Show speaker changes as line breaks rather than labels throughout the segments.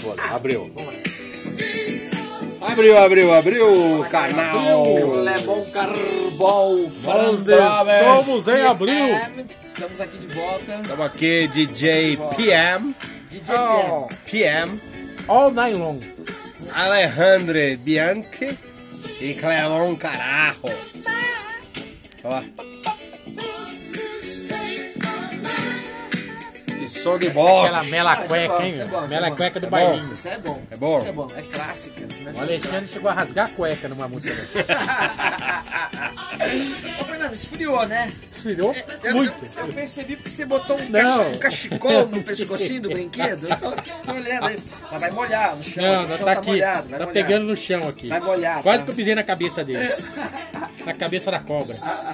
Foda, abriu. Abriu, abriu, abriu o canal.
Levou o um Carbol, Franz
Francis,
Brothers,
estamos em abril.
PM. Estamos aqui de volta.
Estamos aqui, DJ PM,
DJ oh.
PM,
All night long.
Alejandro Bianchi e Clelon Carajo. Ó. Que som de
Aquela
bola.
mela
Isso é
cueca,
bom,
hein?
isso é bom, isso é
Mela
bom.
cueca do
bom.
bailinho.
Isso é bom.
É bom?
Isso é bom. É clássica. Isso não é
O Alexandre chegou a rasgar a cueca numa música dessa.
Ô, Fernando, esfriou, né?
Esfriou
É, eu-
muito.
Eu, eu percebi porque você botou um,
Não.
cache- um cachecol no pescocinho do brinquedo. Eu tô, tô olhando aí. Mas vai molhar no chão.
Não,
é, o
não
chão
tá aqui.
molhado. Vai
Tá
molhar.
pegando no chão aqui.
Vai molhar,
Quase
tá.
que eu pisei na cabeça dele. Na cabeça da cobra.
Ah,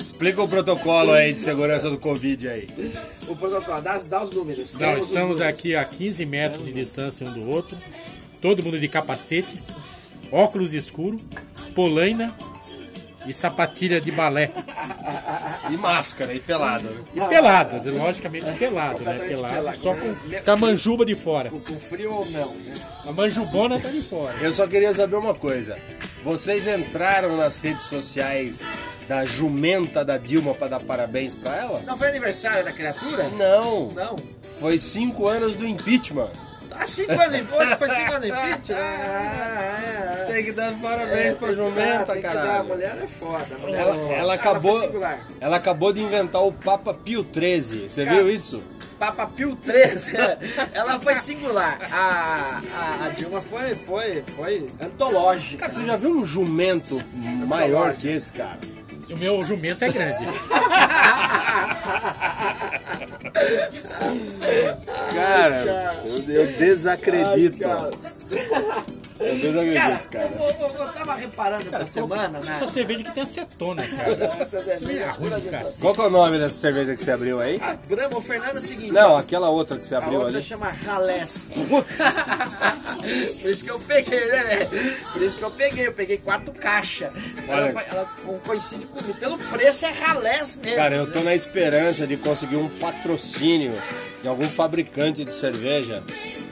Explica o protocolo aí de segurança do Covid aí.
O protocolo, dá, dá os números.
Não,
Temos um os
estamos
números.
aqui a 15 metros de distância um do outro. Todo mundo de capacete, óculos escuro, polaina e sapatilha de balé.
E máscara, e pelado. né?
E pelado, logicamente pelado, né? Pelado, só com, com a manjuba de fora.
Com frio ou não, né?
A manjubona tá de fora.
Eu só queria saber uma coisa. Vocês entraram nas redes sociais da jumenta da Dilma pra dar parabéns pra ela?
Não foi aniversário da criatura?
Não.
Não.
Foi cinco anos do impeachment.
Ah, cinco anos em hoje foi cinco anos em pitch? Ah,
Tem que dar
é,
parabéns pra
tem que dar,
jumenta,
tem que dar, A
caralho.
mulher é foda. a mulher
Ela,
é foda.
ela
Ah,
acabou,
foi singular.
ela acabou de inventar o Papa Pio XIII. Você
Cara.
viu isso?
Papa Pio 13, ela foi singular. A, a, a Dilma foi, foi, foi antológica.
Cara, você já viu um jumento maior que esse, cara?
O meu jumento é grande.
Ah,
Cara, eu, eu desacredito. Eu desacredito,
eu,
cara.
eu- eu tava reparando essa semana, né?
Essa cerveja que tem acetona, cara. É ruim do cacete.
Qual que é o nome dessa cerveja que você abriu aí?
A grama, o Fernando é o seguinte.
Não, aquela outra que você
A
abriu
outra
ali.
chama Ralés. Por isso que eu peguei, né, velho? Por isso que eu peguei, eu peguei quatro caixas.
Olha.
Ela, foi- um ela coincide comigo. Pelo preço é Ralés mesmo.
Cara, eu tô na esperança de conseguir um patrocínio de algum fabricante de cerveja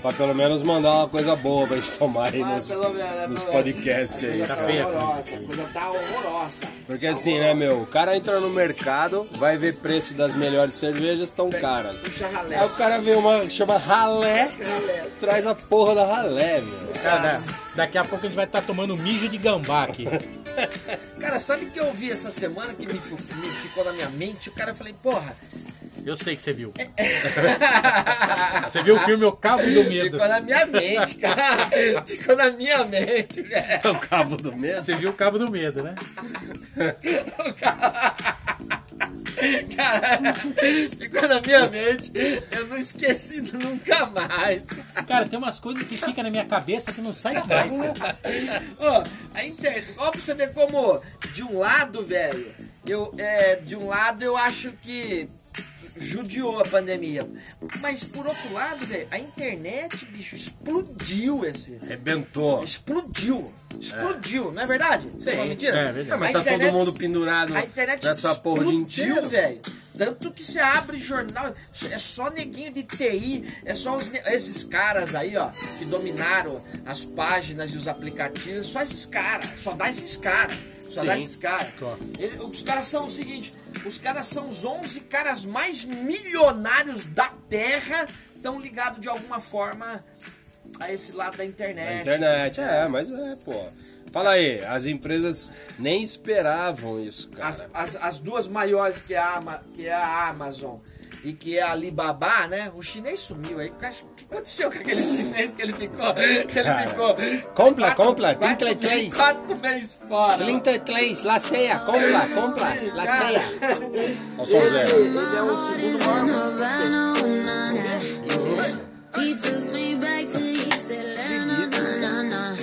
pra pelo menos mandar uma coisa boa pra gente tomar aí
Ah,
nos,
pelo menos, né,
nos
pelo menos.
podcasts
A
aí.
coisa tá
feia,
horrorosa, a coisa tá horrorosa.
Porque assim, né, meu, o cara entra no mercado, vai ver preço das melhores cervejas, tão caras.
Puxa
Aí é o
Ralés.
cara vê uma que chama ralé,
Ralés.
traz a porra da ralé, meu.
Cara, daqui a pouco a gente vai estar tomando mijo de gambá aqui.
Cara, sabe o que eu vi essa semana que me, fu- me ficou na minha mente? O cara eu falei, porra.
Eu sei que você viu. Você viu o filme O Cabo do Medo.
Ficou na minha mente, cara. Ficou na minha mente, velho.
É o cabo do mesmo.
Você viu o Cabo do Medo, né?
Cara, ficou na minha mente. Eu não esqueci nunca mais.
Cara, tem umas coisas que ficam na minha cabeça que não saem mais, cara.
Ó, a internet. Ó, pra você ver como, de um lado, velho, eu. É, de um lado eu acho que judiou a pandemia. Mas por outro lado, velho, a internet, bicho, explodiu esse.
Arrebentou.
Explodiu. Explodiu, não é verdade? Sim. É,
é verdade.
Mas tá todo mundo pendurado
A internet
nessa porra de
explodiu,
inteiro.
velho. Tanto que você abre jornal, é só neguinho de TI, é só os ne- esses caras aí, ó, que dominaram as páginas e os aplicativos, só esses caras, só dá esses caras. Só dá
Sim.
esses caras.
Claro.
Ele- Os caras são o seguinte, os caras são os 11 caras mais milionários da Terra, estão ligados de alguma forma a esse lado da
Na
internet.
internet, é,
né?
mas é, pô. Fala aí, as empresas nem esperavam isso, cara.
As, as, as duas maiores que é, a Ama, que é a Amazon e que é a Alibaba, né? O chinês sumiu aí. O que aconteceu com aquele chinês que ele ficou? Que ele
Cara,
ficou.
compra,
quatro-
compra,
quatro
33.
meses- Quatro meses fora.
33, laceia, compra, compra,
Cara,
Olha o São Zé.
ele, ele é o segundo maior banco do Facebook.
He took me back to East Atlanta.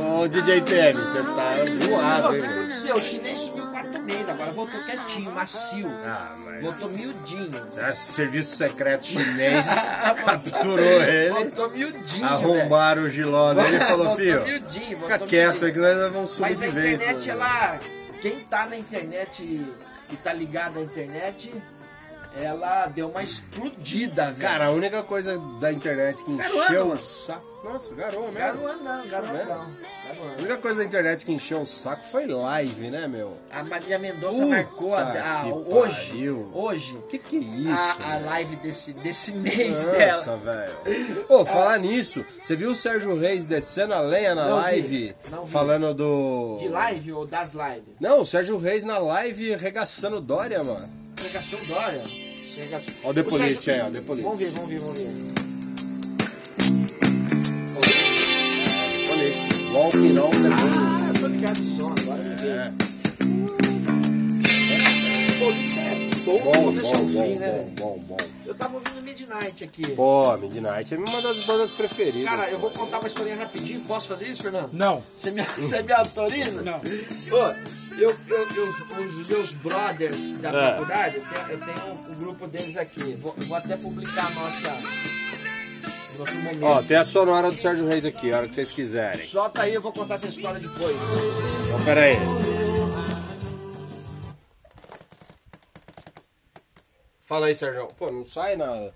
Ô, DJ PM, você tá
Pô, o
zoado,
que
hein? meu?
aconteceu? O chinês sumiu quatro meses, agora voltou quietinho, macio.
Ah, mas...
Voltou miudinho.
é, Serviço secreto chinês capturou ele,
Voltou miudinho. velho.
arrombaram o giló dele e falou,
Voltou
filho, fica
miudinho, voltou
quieto
miudinho.
aí que nós vamos subir
Mas a
de vez. né,
internet,
mano.
ela. Quem tá na internet e tá ligado à internet ela deu uma explodida, velho.
Cara, a única coisa da internet que encheu
Garoa,
o
mano.
saco. Nossa, garoa mesmo.
Garoa não, garoa
Né?
não. Garoa.
A única coisa da internet que encheu o saco foi live, né, meu?
A Marília Mendonça
Puta
marcou a- a-
que
hoje,
pariu.
hoje,
O que, que é isso?
a, a
velho?
live desse, desse mês
Nossa,
dela.
velho. Ô, falar nisso, você viu o Sérgio Reis descendo a lenha na
Não vi,
live?
não vi.
Falando do.
De live ou das lives?
Não, o Sérgio Reis na live arregaçando Dória, mano.
Regaçou o Dória. Regaçou.
Ó, o The
O
Police
Sérgio-
aí, ó, The Police.
Vamos ver, vamos ver, vamos ver.
Olha esse. Walking on the moon.
Ah, eu tô ligado só, agora eu me veio. Polícia é bom, do
Bom, bom,
começo ao fim, né,
bom,
velho?
bom, bom, bom.
Eu tava ouvindo Midnight aqui.
Pô, Midnight é uma das bandas preferidas.
Cara, eu vou
velho.
contar uma historinha rapidinho. Posso fazer isso, Fernando?
Não.
Você me, você é me autoriza?
Não.
Pô, eu, eu- eu- os meus brothers da
É.
faculdade, eu tenho, eu tenho um, grupo deles aqui. Vou, vou até publicar a nossa. Nosso momento.
Ó, tem a sonora do Sérgio Reis aqui, a hora que vocês quiserem.
Solta aí, eu vou contar essa história depois.
Então, pera aí. Fala aí, Sérgio. Pô, não sai na.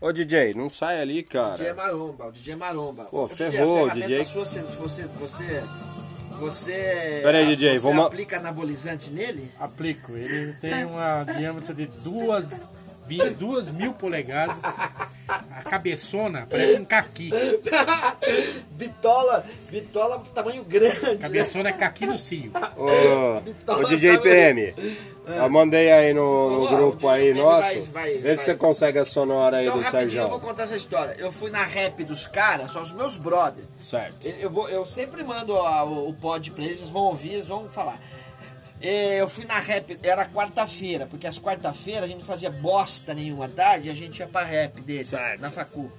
Ô, DJ, não sai ali,
DJ
cara.
Maromba, o DJ Maromba.
Pô,
Ô, DJ,
ferrou,
a ferramenta
DJ.
Sua, você, você, você, você.
Pera aí, DJ,
você
vamos-
aplica anabolizante nele?
Aplico. Ele tem um diâmetro de duas, vi- duas mil polegadas. A cabeçona parece um caqui.
bitola, bitola tamanho grande.
Cabeçona é caqui no cio.
Ô, ô DJ PM. Eu mandei aí no, no
É. Falou,
grupo
ó, o
aí
DJ
nosso.
vai- vai-
Vê se você
vai.
consegue a sonora aí
Então,
do
rapidinho, eu vou
Sérgio.
contar essa história. Eu fui na rap dos caras, só os meus brothers.
Certo.
Eu, vou, eu sempre mando a- o, o pod pra eles, eles vão ouvir, eles vão falar. Eh, Eu fui na rap, era quarta-feira, porque as quarta-feiras a gente não fazia bosta nenhuma à tarde e a gente ia pra rap deles,
Certo.
na facu.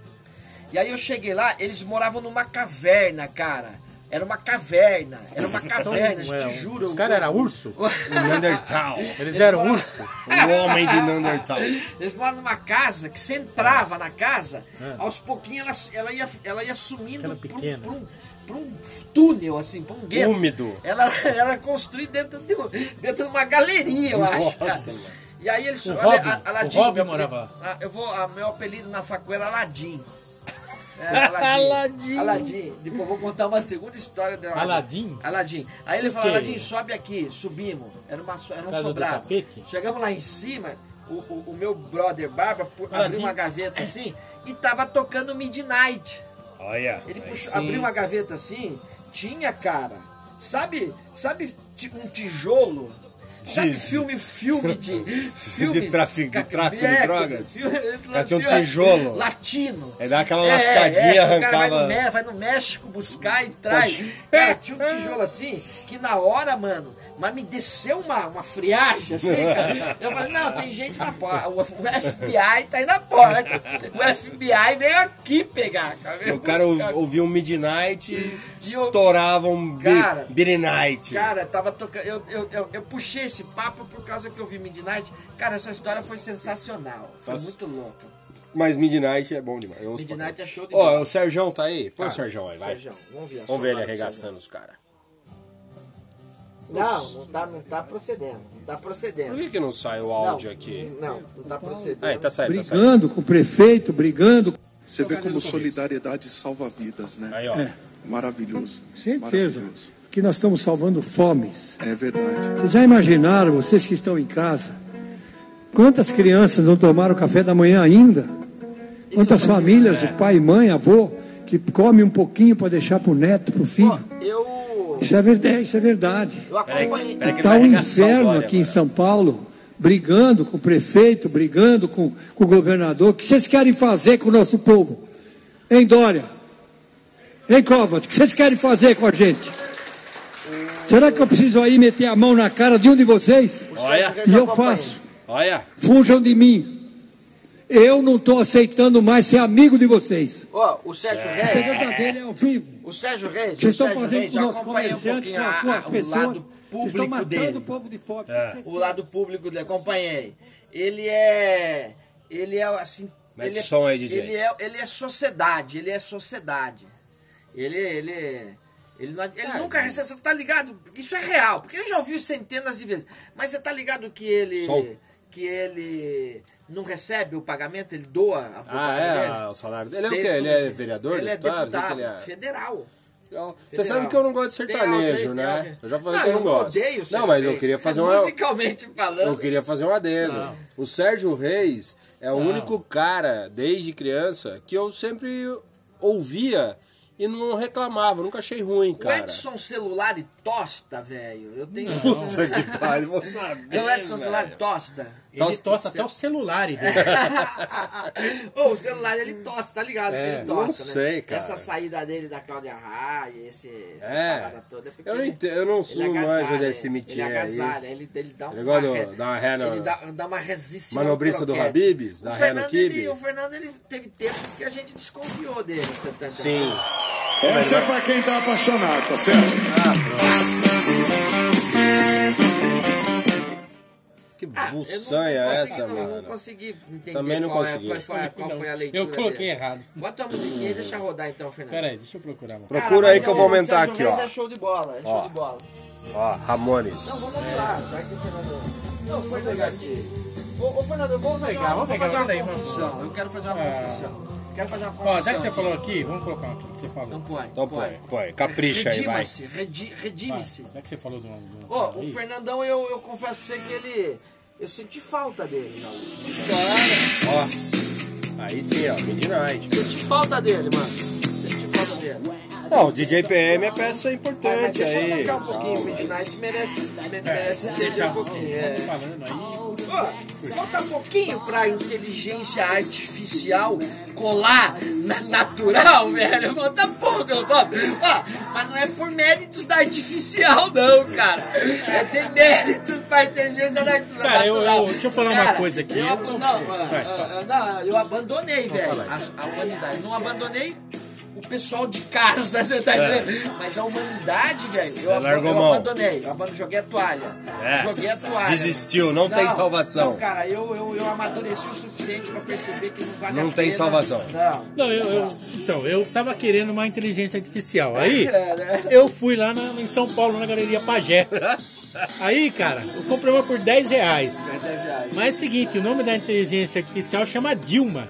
E aí eu cheguei lá, eles moravam numa caverna, cara. Era uma caverna, era uma caverna,
Então, é,
te juro.
Os caras
um
eram urso?
Neandertal.
Eles eram
moravam-
urso?
O Um homem de Neandertal.
Eles moram numa casa que você
Ah.
entrava na casa, aos pouquinhos ela, ela, ia, ela ia sumindo
Aquela
pra um,
pequena.
pra um- pra um túnel, assim, pra um gueto.
Úmido.
Ela, ela era construída dentro de, um- dentro de uma galeria,
Um
eu acho, cara.
Nossa, mano.
E aí eles...
O
olha,
Robin,
a-
Um o
Aladim,
Robin
meu
morava
apelido- a- eu vou, a- meu apelido na facu era Aladim. Era Aladim.
Aladim.
Aladim. Depois eu vou contar uma segunda história do
Aladim?
Aladim. Aí ele
Ok.
falou, Aladim, sobe aqui. Subimos. Era, uma, so- era um
Casa do
sobrado.
tapete?
Chegamos lá em cima, o, o- o meu brother Barba pu-
Ah,
abriu
vi.
uma gaveta assim e tava tocando Midnight.
Olha.
Ele
aí
puxou-
sim.
abriu uma gaveta assim, tinha, cara, sabe, sabe ti- um tijolo? Sabe
De-
filme, filme de... filme
de tráfico- de
ca-
tráfico de
é,
drogas?
filme-
Cara, tinha um
filme
tijolo.
Latino. é,
É, dá aquela lascadinha,
O cara vai no,
arrancava-
Mé- vai no México buscar e traz.
Poxa.
Cara, tinha um tijolo assim, que na hora, mano, mas me desceu uma, uma friagem, assim, cara. Eu falei, não, tem gente na porta. O FBI tá aí na porta. O FBI veio aqui pegar, cara. Veio
O cara
buscar.
ouvia um Midnight e
eu-
estourava um
Cara,
Birinight.
Cara, tava tocando. Eu, eu, eu, eu puxei esse papo por causa que eu vi Midnight. Cara, essa história foi sensacional. Foi
Nossa.
muito louca.
Mas Midnight é bom demais. Eu ouço pra
Midnight
caralho.
é show de
Ó,
bola.
o Serjão tá aí? Põe o
Tá,
Serjão aí, vai.
Sérgio, vamos ver. a
Vamos ver ele
sonora do
arregaçando os caras.
Sérgio. Não, não tá, não tá procedendo. Não tá procedendo.
Por que, que não sai o
Não,
áudio aqui?
Não, não tá procedendo.
Aí, tá saindo, tá saindo.
brigando com o prefeito, brigando.
Você vê como solidariedade salva vidas, né?
Aí, ó.
Maravilhoso.
Certeza
Maravilhoso.
que nós estamos salvando fomes.
É verdade.
Vocês já imaginaram, vocês que estão em casa, quantas crianças não tomaram café da manhã ainda? Quantas famílias, o pai, mãe, avô, que come um pouquinho para deixar para o neto, para o filho?
Eu.
Isso é verdade, isso é verdade.
Eu acompanhei.
Peraí que ele
Está
vai
um
arregaçar o
inferno
Dória
aqui em
agora.
São Paulo, brigando com o prefeito, brigando com, com o governador. O que vocês querem fazer com o nosso povo? Hein, Dória? Hein, Kovacs? O que vocês querem fazer com a gente? Será que eu preciso aí meter a mão na cara de um de vocês?
Olha,
E eu faço.
olha.
Fujam de mim. Eu não estou aceitando mais ser amigo de vocês.
Ó, o Sérgio Reis.
Essa verdadeira é ao vivo.
O Sérgio Reis.
Vocês
o
estão
Sérgio
fazendo
Reis,
com
eu
o nosso
acompanhei um
comerciante,
pouquinho
com as
a-
suas
a- o lado
pessoas. Vocês estão
público
matando o
dele. É.
povo de fome.
o lado público dele. Acompanhei. Ele é. Ele é assim.
Mete
ele é,
som aí, DJ.
Ele é, ele é sociedade, ele é sociedade. Ele, ele, ele, não- ele nunca recebeu, você tá ligado? Isso é real, porque eu já ouvi centenas de vezes. Mas você tá ligado que ele,
Som.
que ele não recebe o pagamento, ele doa a
Ah,
propaganda
é?
dele.
Ah, o salário dele. Ele é o
Desde
quê?
o
Ele
começo.
é vereador,
Ele é
deputado? O que que
deputado
ele é?
federal.
Então, Você
Federal.
sabe que eu não gosto de
Tem áudio
sertanejo,
aí, tem
né?
áudio.
Eu já falei que eu não gosto.
odeio
não, mas eu
sertanejo.
queria fazer
É
uma.
Musicalmente falando.
Eu queria fazer um adendo. O Sérgio Reis é o único cara, desde criança, que eu sempre ouvia e não reclamava, nunca achei ruim,
O
cara.
Edson Celular e Tosta, velho. Eu tenho. um
Puta que pariu, vou saber.
É o Edson
velho.
Celular e Tosta.
Ele tossa Tá até o celular,
É,
irmão.
Ô, o celular ele tosse, tá ligado? que
É,
ele tosse,
não
né?
sei, cara.
Essa saída dele da Cláudia Raia, esse, essa
É.
parada toda. porque
Eu não
ele-
entendo, eu não
Ele
sou manjo
agasalha,
desse
ele
métier aí.
agasalha, ele, ele dá uma
Ele gosta do-
re-
dá uma ré no-
ele dá, dá uma resíssima
Manobrista do
croquete.
Habib's, dá
o
ré no
Fernando,
quibe.
ele, o Fernando, ele teve tempos que a gente desconfiou dele. tá- tá- tá.
Sim.
Essa é pra quem tá apaixonado, tá certo?
Que
Ah, eu não-
buçanha
não
é
consegui,
essa,
não,
mano?
não consegui entender
Também não
qual, é-
consegui.
qual foi, a- qual foi a
Não,
leitura
eu coloquei
dele.
errado.
Bota a musiquinha aí, deixa rodar então, Fernando.
Pera aí, deixa eu procurar. mano.
Procura aí que eu vou aumentar aqui, ó.
É show de bola, é show
Ó.
de bola.
Ó,
Não,
Ramones.
vamos lá,
É.
tá aqui o Fernando. Não, foi legal aqui. Ô, ô Fernando, eu vou pegar, vou
pegar,
fazer uma
peraí,
confissão. Eu quero fazer uma confissão. Quero fazer uma confissão.
Ó, já que você
aqui.
falou aqui, vamos colocar aqui o que você falou.
Não pode.
Então põe, põe. Capricha aí, vai.
Redima-se, redi-
Vai,
redime-se.
Já que você falou do. do-
Ó,
aí,
o Fernandão, eu, eu confesso pra você que ele. Eu senti falta dele, mano. Cara,
Ó. Aí sim, ó. Midnight.
eu senti falta dele, mano. Senti falta dele.
Não, o DJ PM é peça
Ah, mas
importante
deixa eu
aí.
tocar um pouquinho, o Midnight merece, merece esteja um pouquinho. é.
tô É, falando aí.
Ó, Falta pouquinho pra inteligência artificial colar na natural, velho. Falta pouco, falta. Ó, mas não é por méritos da artificial, não, cara. É deméritos pra inteligência da arti- natural.
Cara, eu- eu- deixa eu falar uma coisa aqui.
eu ab- não, ah,
Vai,
ah, ah, não, eu abandonei, velho, a, a humanidade. Não abandonei o pessoal de casa, você tá entendendo? Mas a humanidade, velho, eu, ab-
É. largou
eu
mão.
abandonei. Eu aban- joguei a toalha.
É.
Joguei a toalha.
Desistiu, não tem salvação.
Não, cara, eu, eu, eu amadureci o suficiente pra perceber que não vale a
Não
pena.
tem salvação.
Não.
Não, eu, eu- Então, eu tava querendo uma inteligência artificial. Aí,
É, né?
eu fui lá na- em São Paulo, na Galeria Pagé. Aí, cara, eu comprei uma por 10 reais. Mas é o seguinte, o nome da inteligência artificial chama Dilma.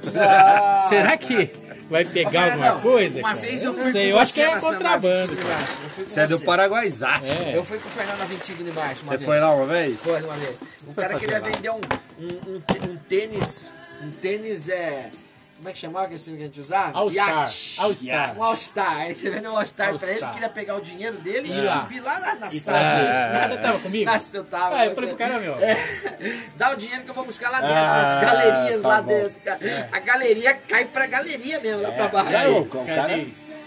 Será que vai pegar
Cara,
alguma
Ah. não,
coisa?
Uma
cara?
vez eu
não
fui
sei,
com
eu acho que
você
é
na Santa
contrabando.
Marta,
cara.
Eu fui com
Você é do Paraguaizaço.
É.
Eu fui com o Fernando Aventigno embaixo uma
Você
vez.
foi lá uma vez?
Foi uma vez. O cara queria vender um, um, um, tê- um tênis. Um tênis é. Como é que chamava aquele tênis que a gente usava?
All Star.
Yacht.
All Star.
Um All-Star. Ele queria vender um All-Star
All
pra ele,
Star.
queria pegar o dinheiro dele
E
e
lá.
subir lá na, na
E
sala.
trazer.
Na-
Você tava comigo?
Nossa, eu tava.
Ah, eu falei pro cara, meu.
É. Dá o dinheiro que eu vou buscar lá dentro,
Ah,
nas galerias
tá
lá
bom.
dentro. cara.
É.
A galeria cai pra galeria mesmo, lá pra baixo.
Não, o é um cara-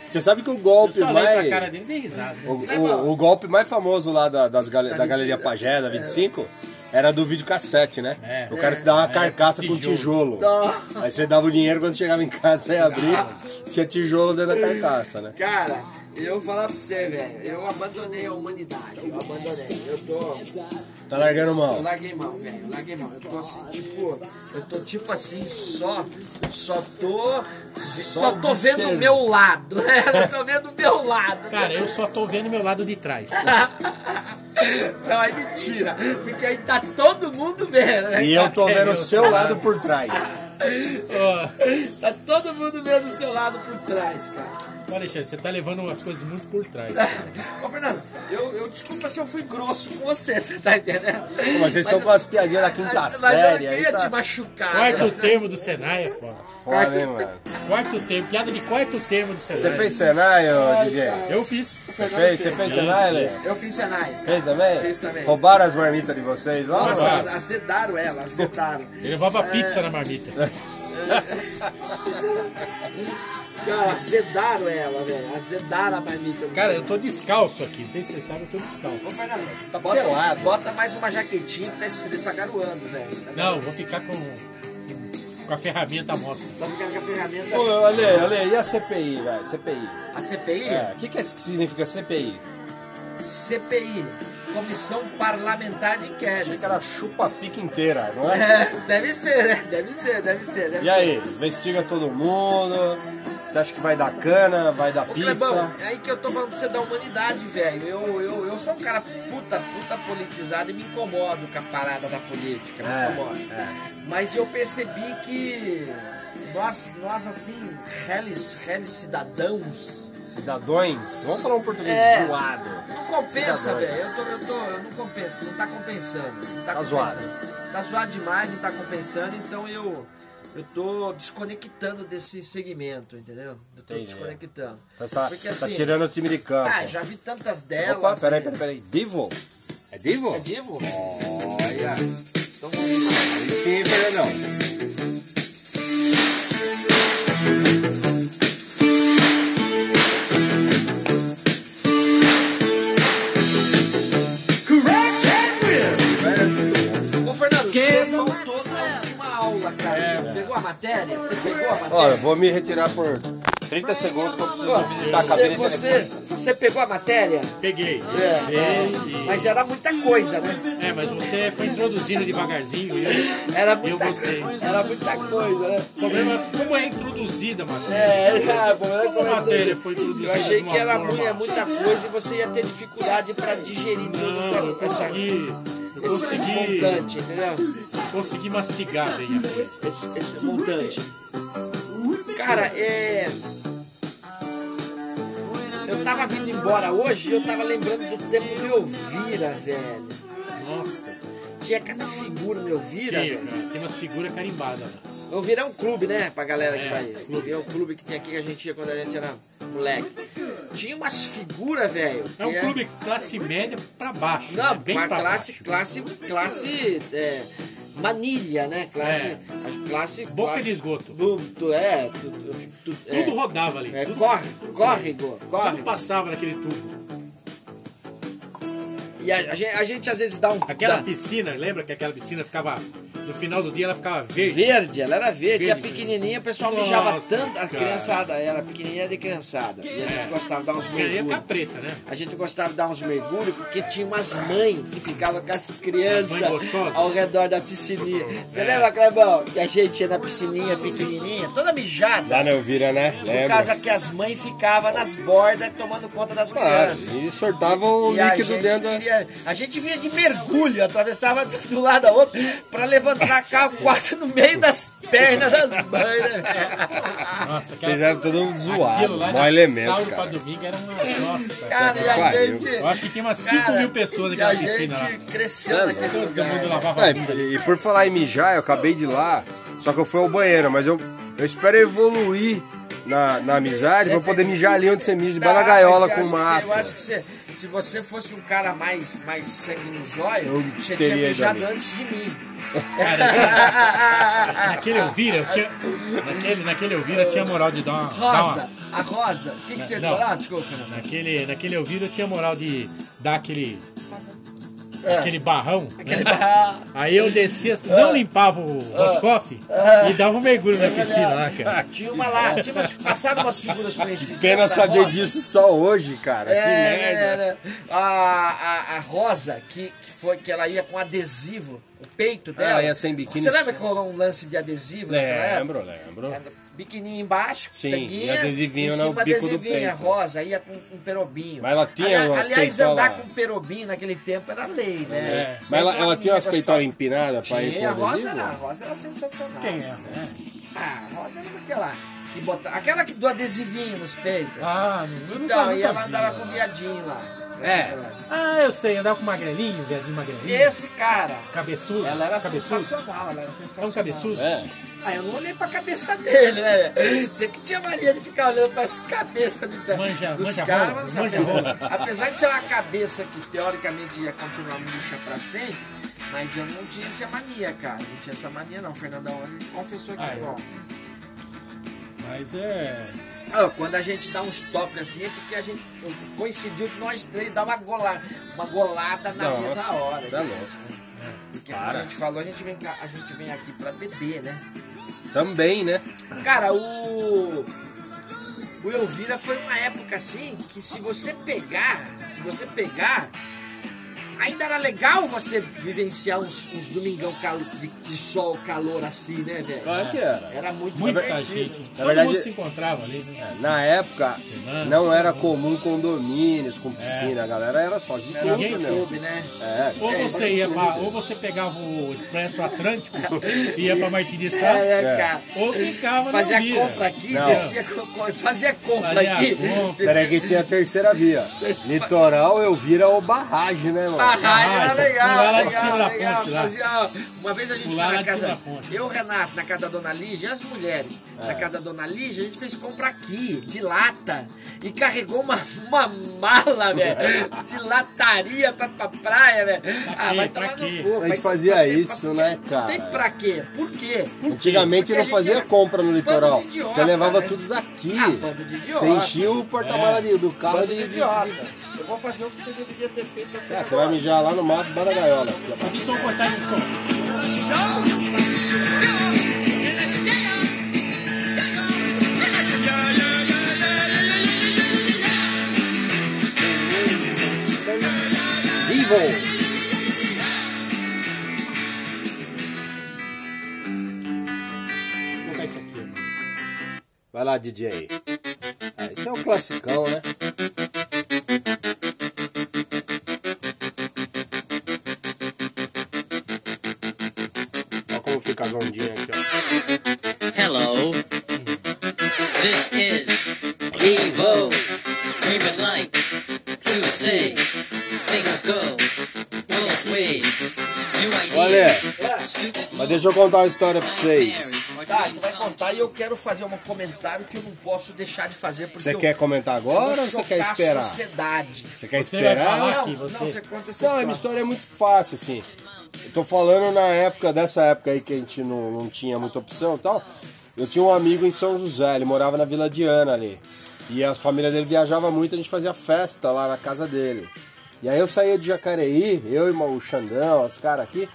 Você sabe que o golpe
Eu só olhei pra
mais.
cara dele e dei risada.
O, o- o golpe mais famoso lá da, das gale-
Da
da Galeria
25,
Pagé, da 25, era do videocassete, né?
É.
o cara te dava uma
É,
carcaça com tijolo.
tijolo.
Aí você dava o dinheiro quando chegava em casa, você ia abrir, tinha tijolo dentro da carcaça, né?
Cara, eu vou falar pra você, velho. Eu abandonei a humanidade. Eu abandonei. Eu tô.
Tá largando
Eu
mão.
larguei mão, velho. Eu larguei mão. Eu tô assim, tipo. Eu tô tipo assim, só. Só tô. Só tô vendo o meu lado. Eu tô vendo o meu lado.
Cara, eu só tô vendo meu lado de trás.
Não, é mentira. Porque aí tá todo mundo vendo, né?
E eu tô
É,
vendo o
eu-
seu lado por trás.
Ô,
Tá todo mundo vendo o seu lado por trás, cara.
ô, Alexandre, você tá levando as coisas muito por trás. cara.
Ô, Fernando, eu, eu desculpa se eu fui grosso com você, você tá entendendo?
vocês estão
eu-
com as piadinhas da quinta
mas,
série
eu
aí,
queria
tá?
te machucar.
Quarto termo do Senai é foda.
Foda, hein, mano?
Quarto termo, piada de quarto termo do Senai.
Você fez Senai, ô, DJ?
Eu fiz.
Você fez? Você fez Senai, Lê?
Eu fiz Senai.
Fez também?
Fiz também.
Roubaram as marmitas de vocês lá?
Nossa,
mano?
azedaram ela, azedaram.
Ele levava pizza na marmita.
Cara, azedaram ela, velho. Azedaram a marmita.
Cara, eu tô descalço aqui. Não sei se vocês sabem, eu tô descalço.
Ô, Fernando, você tá bota,
bota-
bota mais uma jaquetinha que tá escrito, tá garoando, velho. Tá
Não, eu vou ficar com, com- com a ferramenta à mostra.
Tá ficando com a ferramenta.
Ô, Ale, Ale, e a CPI, velho? CPI.
A CPI?
É, o que, que é- que significa CPI?
CPI. Comissão Parlamentar de
Achei
Inquérito.
que era chupa-pica inteira, não é?
É, deve ser, né? Deve ser, deve ser. Deve
E aí, investiga todo mundo, Você acha que vai dar cana, vai dar
Ô,
pizza?
Clebão, é aí que eu tô falando pra você da humanidade, velho. Eu, eu, eu sou um cara puta, puta politizado e me incomodo com a parada da política. Me
É,
incomodo. Mas eu percebi que nós, nós assim, reles, reles cidadãos,
Cidadões, vamos falar um português
É.
zoado.
não compensa,
Cidadãos.
velho. Eu tô, eu tô, eu não compensa, não tá compensando. Não tá,
Tá
compensando.
zoado.
Tá zoado demais, não tá compensando, então eu, eu tô desconectando desse segmento, entendeu? Eu tô
Entendi.
desconectando.
Tá, tá- tá tirando o time de campo.
assim, Ah, já vi tantas delas.
Opa, peraí, peraí, peraí. Divo? É Divo?
É divo?
Olha. Aí sim, Fernandão.
Ô, Fernando,
Que
você faltou na última aula, cara.
É.
você pegou a matéria? Você pegou a
Ó, eu
matéria?
vou me retirar por 30 segundos que eu preciso visitar a
Você,
cabine
você, você pegou a matéria?
Peguei.
É.
Peguei.
Mas era muita coisa, né?
É, mas você foi introduzindo devagarzinho. e eu-
Era
Eu
muita,
gostei.
era muita coisa, né?
O problema é como é introduzida, mano.
É, era, bom, era
Como a matéria foi
Eu
introduzida
achei
de uma
que era
forma-
mu- muita coisa e você ia ter dificuldade pra digerir tudo
Não, eu
essa, essa,
consegui. Eu
esse, esse
consegui.
montante, entendeu?
Consegui mastigar bem a coisa.
Esse, esse é montante. Cara, é. Eu tava vindo embora hoje e eu tava lembrando do tempo do Elvira, velho.
Nossa.
Tinha cada figura no Elvira.
Tinha,
velho.
cara. Tinha umas figuras carimbadas lá.
Elvira é um clube, né? Pra galera que
É,
vai.
clube.
Elvira é um clube que tinha aqui que a gente ia quando a gente era moleque. Tinha umas figuras, velho.
É um
que
clube classe média pra baixo.
Não,
né? bem
uma
pra
classe,
baixo. né?
classe, classe, é, manilha, né? Classe,
É.
a classe,
Boca
classe-
de esgoto.
Tu, tu- é, tu, tu- é,
Tudo rodava ali.
é,
tudo,
corre, córrego,
tudo
corre.
passava naquele tubo.
E a, a gente, a gente às vezes dá um
Aquela
dá-
piscina, lembra que aquela piscina ficava. No final do dia ela ficava verde.
verde, ela era verde, e a
Verde. né?
pequenininha, o pessoal
Nossa,
mijava tanto, a
cara. É.
criançada, era pequenininha de criançada. E a gente gostava de dar uns
Aí ia ficar
mergulhos.
preta, né?
A gente gostava de dar uns mergulhos porque tinha umas mães que ficavam com as crianças
Mãe gostosa?
ao redor da piscininha. Você
É.
lembra, Clebão? Que a gente ia na piscininha pequenininha, toda mijada.
Lá na Elvira, né?
Por
Lembra?
causa que as mães ficavam nas bordas tomando conta das
Claro,
crianças.
e sortava o
E a
líquido
gente,
dentro da...
queria- a gente vinha de mergulho, atravessava do lado da outra pra levantar carro quase no meio das pernas das mães. né?
Nossa, aquela,
Vocês eram todo mundo zoado,
aquilo lá
mó
era
elemento,
sábado
cara.
pra domingo era uma. Nossa, cara.
Cara, e a
Pariu.
gente.
Eu acho que tinha umas 5
Cara,
mil pessoas
e a
naquela piscina
gente
lá.
cresceu naquele
Todo mundo
lugar.
lavava
Ah,
a bunda.
e, e por falar em mijar, eu acabei de ir lá, só que eu fui ao banheiro, mas eu, eu espero evoluir na, na amizade, vou poder mijar ali onde você mija, debaixo da
Ah,
gaiola
mas
com
eu
o
acho que você-
mato.
Eu acho que você, se você fosse um cara mais, mais sangue no zóio,
Eu
você
teria
tinha
ido
mijado
ali.
antes de mim.
Naquele Elvira, eu tinha. Naquele, naquele Elvira eu tinha moral de dar uma. dar uma-
Rosa, a Rosa. O que, que você
Não.
falou? Ah, desculpa, Fernando.
Naquele, naquele ouvido eu tinha moral de dar aquele.
É.
Aquele barrão. né? Aí eu descia, não limpava o
É.
Roscoff e dava um mergulho na piscina lá, cara.
Tinha uma lá, tinha umas, passaram umas figuras conhecidas.
Pena
Lembra da
saber
Rosa?
disso só hoje, cara.
tá É,
que merda.
era. A, a, a Rosa, que, que foi que ela ia com adesivo, o peito dela.
ia Ah, é, sem biquíni.
Você lembra que rolou um lance de adesivo? naquela época?
Lembro, lembro.
Era Biquininho embaixo,
Sim,
tanguinha,
e adesivinho
em
no
cima
bico do
adesivinha,
peito.
rosa, ia com um perobinho.
Mas ela tinha
Ali-
umas
Aliás,
peitola- É,
andar com um perobinho naquele tempo era lei, né?
Mas ela, ela tinha umas peitolas
em
empinadas pra ir
Tinha, a
pro
rosa era, a
adesivo?
rosa era sensacional. Quem é? Ah, a rosa era aquela que bota... aquela que do adesivinho nos peitos.
Ah,
então, e ela andava
né?
com o viadinho lá.
É.
Ah, eu sei, andava com magrelinho, viadinho
E
magrelinho.
esse cara,
Cabeçudo.
ela era
cabeçudo.
sensacional, ela era
É
sensacional.
um cabeçudo?
É.
Ah, eu não olhei pra cabeça dele, né? Você que tinha mania de ficar olhando pras cabeças de,
Manja-
dos
manja
caras,
rola,
mas
manja
apesar,
rola.
apesar de ser uma cabeça que teoricamente ia continuar murcha pra sempre, mas eu não tinha essa mania, cara. Não tinha essa mania não, Fernandão. Ele confessou aqui,
Ah, é.
ó.
Mas é.
Ah, quando a gente dá uns toques assim, é porque a gente coincidiu que nós três dar uma golada, uma golada na
Nossa,
mesma hora.
cê é
gente,
louco.
né? Porque
Para.
como a gente falou, a gente vem, cá- a gente vem aqui pra beber, né?
Também, né?
Cara, o. O Elvira foi uma época assim que se você pegar, se você pegar, ainda era legal você vivenciar uns, uns domingão cal- de, de sol, calor assim, né, velho?
Claro que era.
Era muito,
Muita
divertido.
gente.
Na
Todo
é verdade-
mundo se encontrava ali, né?
É, Na época,
Semana.
não era
né?
comum condomínios com piscina. A galera era só de
Era
clube,
muito
meu.
clube, né?
É,
Ou
É,
você ia pra, ou você pegava o Expresso Atlântico e ia pra Martins de Sá,
É, é, cara.
ou ficava
Fazia
na Vira.
compra aqui,
Não.
descia, co- co- fazia compra
Fazia
aqui.
compra.
Peraí que tinha a terceira via. Litoral, eu vira ou barragem, né, mano?
Barragem era
Barragem.
Ah, legal,
Pular lá de
legal,
cima da
legal.
ponte lá.
Fazia- Uma vez a gente
Pular
foi
lá
na
de cima
casa.
da ponte. É.
Eu, Renato, na casa da dona Lígia, e as mulheres na casa da dona Lígia, a gente fez compra aqui, de lata. E carregou uma, uma mala, velho, de lataria pra, pra praia, velho. Ah,
quê?
vai
Pra
tomar
quê?
no cu.
A gente
vai-
fazia
pra- pra-
isso, né, cara?
Tem pra quê? Por quê?
Antigamente
Porque
não
a gente
fazia
era
compra no
bando
litoral.
de idiota,
Você levava
né?
tudo daqui.
Ah, bando de idiota. É.
Você enchia o porta-mala de- do carro
Bando
de
de idiota. Eu vou fazer o que você deveria ter feito. até
Ah, você
agora.
vai mijar lá no mato, bora gaiola.
Aqui são cortagens de som.
Vivo!
Vou colocar isso aqui. né? ó.
Vai lá, DJ. Ah, isso é um classicão, né? Olha como fica as ondinhas aqui, ó.
Hello. This is Evo. We would like to say things go both ways. New ideas, stupid
Mas deixa eu contar uma história pra vocês.
or
Tá,
dreams
você vai
come
contar e eu quero fazer um comentário que eu não posso deixar de fazer porque
Você
eu
quer comentar agora
vou
ou você quer
chocar a
esperar?
sociedade.
Você quer
Você vai
esperar?
falar
não,
assim,
não,
você.
você conta essa
Não, a minha
história.
história é muito fácil, assim. Eu tô falando na época, dessa época aí que a gente não, não tinha muita opção e tal. Eu tinha um amigo em São José, ele morava na Vila Diana ali. E a família dele viajava muito, a gente fazia festa lá na casa dele. E aí eu saía de Jacareí, eu e o Xandão, os caras aqui,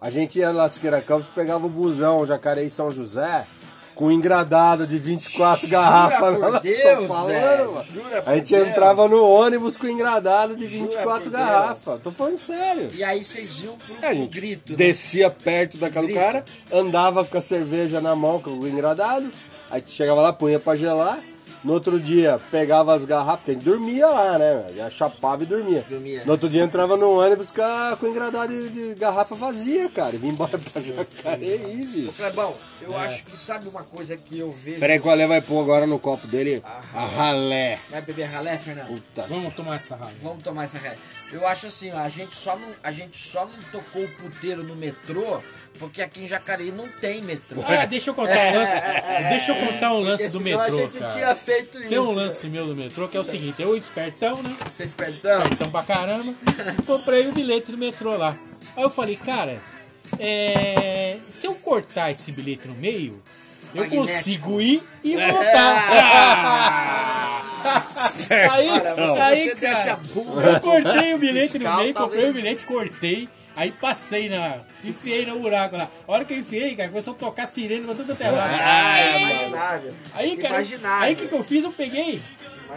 a gente ia lá Siqueira Campos, pegava o busão Jacareí São José, com um engradado de 24 garrafas.
por
Tô
Deus,
falando,
velho.
mano.
Jura por
A gente
Deus.
entrava no ônibus com engradado de
Jura
24
por
garrafas. Tô falando sério.
E aí vocês iam pro,
A
pro
É, gente
grito, né?
descia perto da casa do
Grito.
cara, andava com a cerveja na mão, com o engradado, aí chegava lá, punha pra gelar. No outro dia, pegava as garrafas, porque a gente dormia lá, né? velho? Já chapava e dormia.
Dormia.
No outro dia, entrava no ônibus com, a, com o engradado de, de garrafa vazia, cara. E vim embora pra Jacareí, bicho.
Ô, Clebão,
É.
eu acho que sabe uma coisa que eu vejo.
Peraí, qual é vai pôr agora no copo dele?
Ah.
A ralé.
Vai beber ralé, Fernando?
Puta
Vamos tomar essa raiva.
Vamos tomar essa ré. Eu acho assim, ó, a gente só não, a gente só não tocou o puteiro no metrô, porque aqui em Jacareí não tem metrô.
Ah, deixa eu contar um
É,
lance. Deixha eu contar um lance
Porque
do
senão a
metrô,
gente tinha
cara.
feito isso.
Tem um lance meu do metrô que é o seguinte, eu espertão, né?
Vocês perdão?
Então pra caramba, comprei o bilhete do metrô lá. Aí eu falei, cara, é, se eu cortar esse bilhete no meio, eu
Magnético. É.
consigo ir e voltar. aí,
Olha, você,
aí,
você desce a
cara,
bunda.
eu cortei o bilhete no
Fiscal, tá
meio, comprei
talvez.
o bilhete, cortei. Aí passei na. Enfiei no buraco lá. A hora que eu enfiei, cara, começou a tocar sirene pra tudo é até lá.
Ah, É, Imaginável.
Aí, cara,
Imaginável. né?
aí o que, que eu fiz? Eu peguei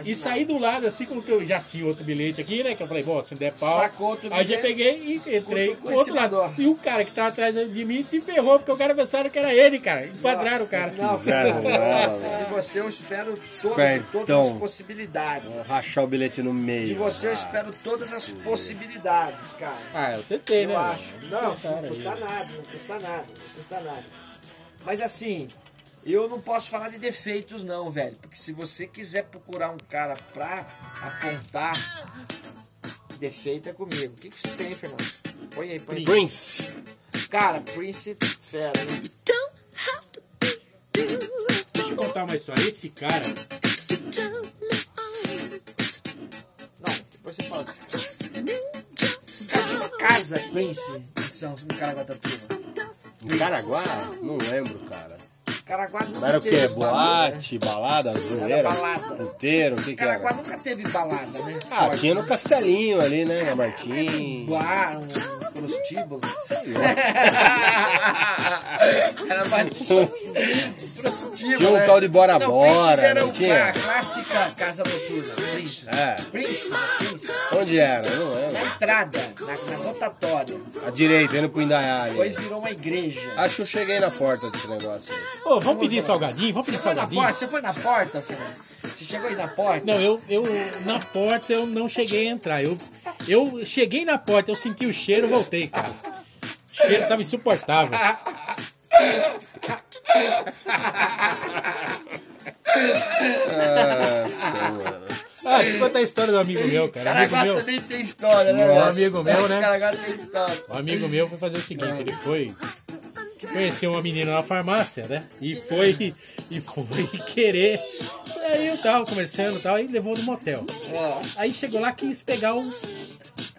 e saí do lado, assim como que eu já tinha outro bilhete aqui, né? Que eu falei, bom, se der pau.
Sacou outro
aí já
bilhete,
peguei e entrei
cutucou
com
em
o outro
cima
lado.
do outro.
E o cara que tava atrás de mim se ferrou, porque o cara pensaram que era ele, cara. Enquadraram o cara.
Não,
Fizeram
cara, de você eu espero todas, todas as
Espertão.
possibilidades.
Rachar o bilhete no meio.
De você eu espero todas as possibilidades, cara.
Ah, eu tentei, né?
Eu acho.
mano?
Não,
Tentaram
não custa
aí.
nada, não custa nada, não custa nada. Mas assim, eu não posso falar de defeitos não, velho. Porque se você quiser procurar um cara pra apontar defeito é comigo. O que, que você tem, Fernando? Põe aí, põe aí.
Prince.
Cara, Prince fera, né?
Don't have to be
Deixa eu contar uma história. Esse cara,
to tell me all.
Não, depois você fala disso.
Just ninja
Cara, tinha uma casa, Prince, em São em Caraguatatuba.
Em Caraguá? Não lembro, cara.
Caraguá nunca
Mas era o
teve
quê?
balada, né?
Boate, balada, zoeira,
Era balada.
puteiro, o que que
Caraguá
era?
nunca teve balada, né?
Ah,
Forte.
tinha no Castelinho ali, né? Na Martim.
Um bar, um prostíbulo. Era mais prostitutiva,
um Tinha um
né?
tal de Bora
não,
Bora,
Prince's era
não
um
tinha?
clá- clássica casa noturna. Prince.
É.
Prince, Prince.
Onde era? Eu não lembro.
Na entrada, na, na rotatória.
À direita, indo pro Indaiá.
Depois virou uma igreja.
Acho que eu cheguei na porta desse negócio. aí.
Ô, vamos pedir salgadinho, vamos pedir
Você foi na
salgadinho.
porta? Você foi na porta, Fernando? Você chegou aí na porta?
Não, eu, eu na porta eu não cheguei a entrar. Eu, eu cheguei na porta, eu senti o cheiro, voltei, cara. O cheiro tava insuportável. Ah, deixa eu contar a história do amigo meu, cara. Amigo
Caraguá
meu,
também tem história, né?
Um
velho?
amigo meu, né?
Caraguá tem história.
um amigo meu foi fazer o seguinte, ele foi conheceu uma menina na farmácia, né? E foi e foi querer. Aí eu tava conversando e tal, aí levou no motel.
Ó,
Aí chegou lá quis pegar o,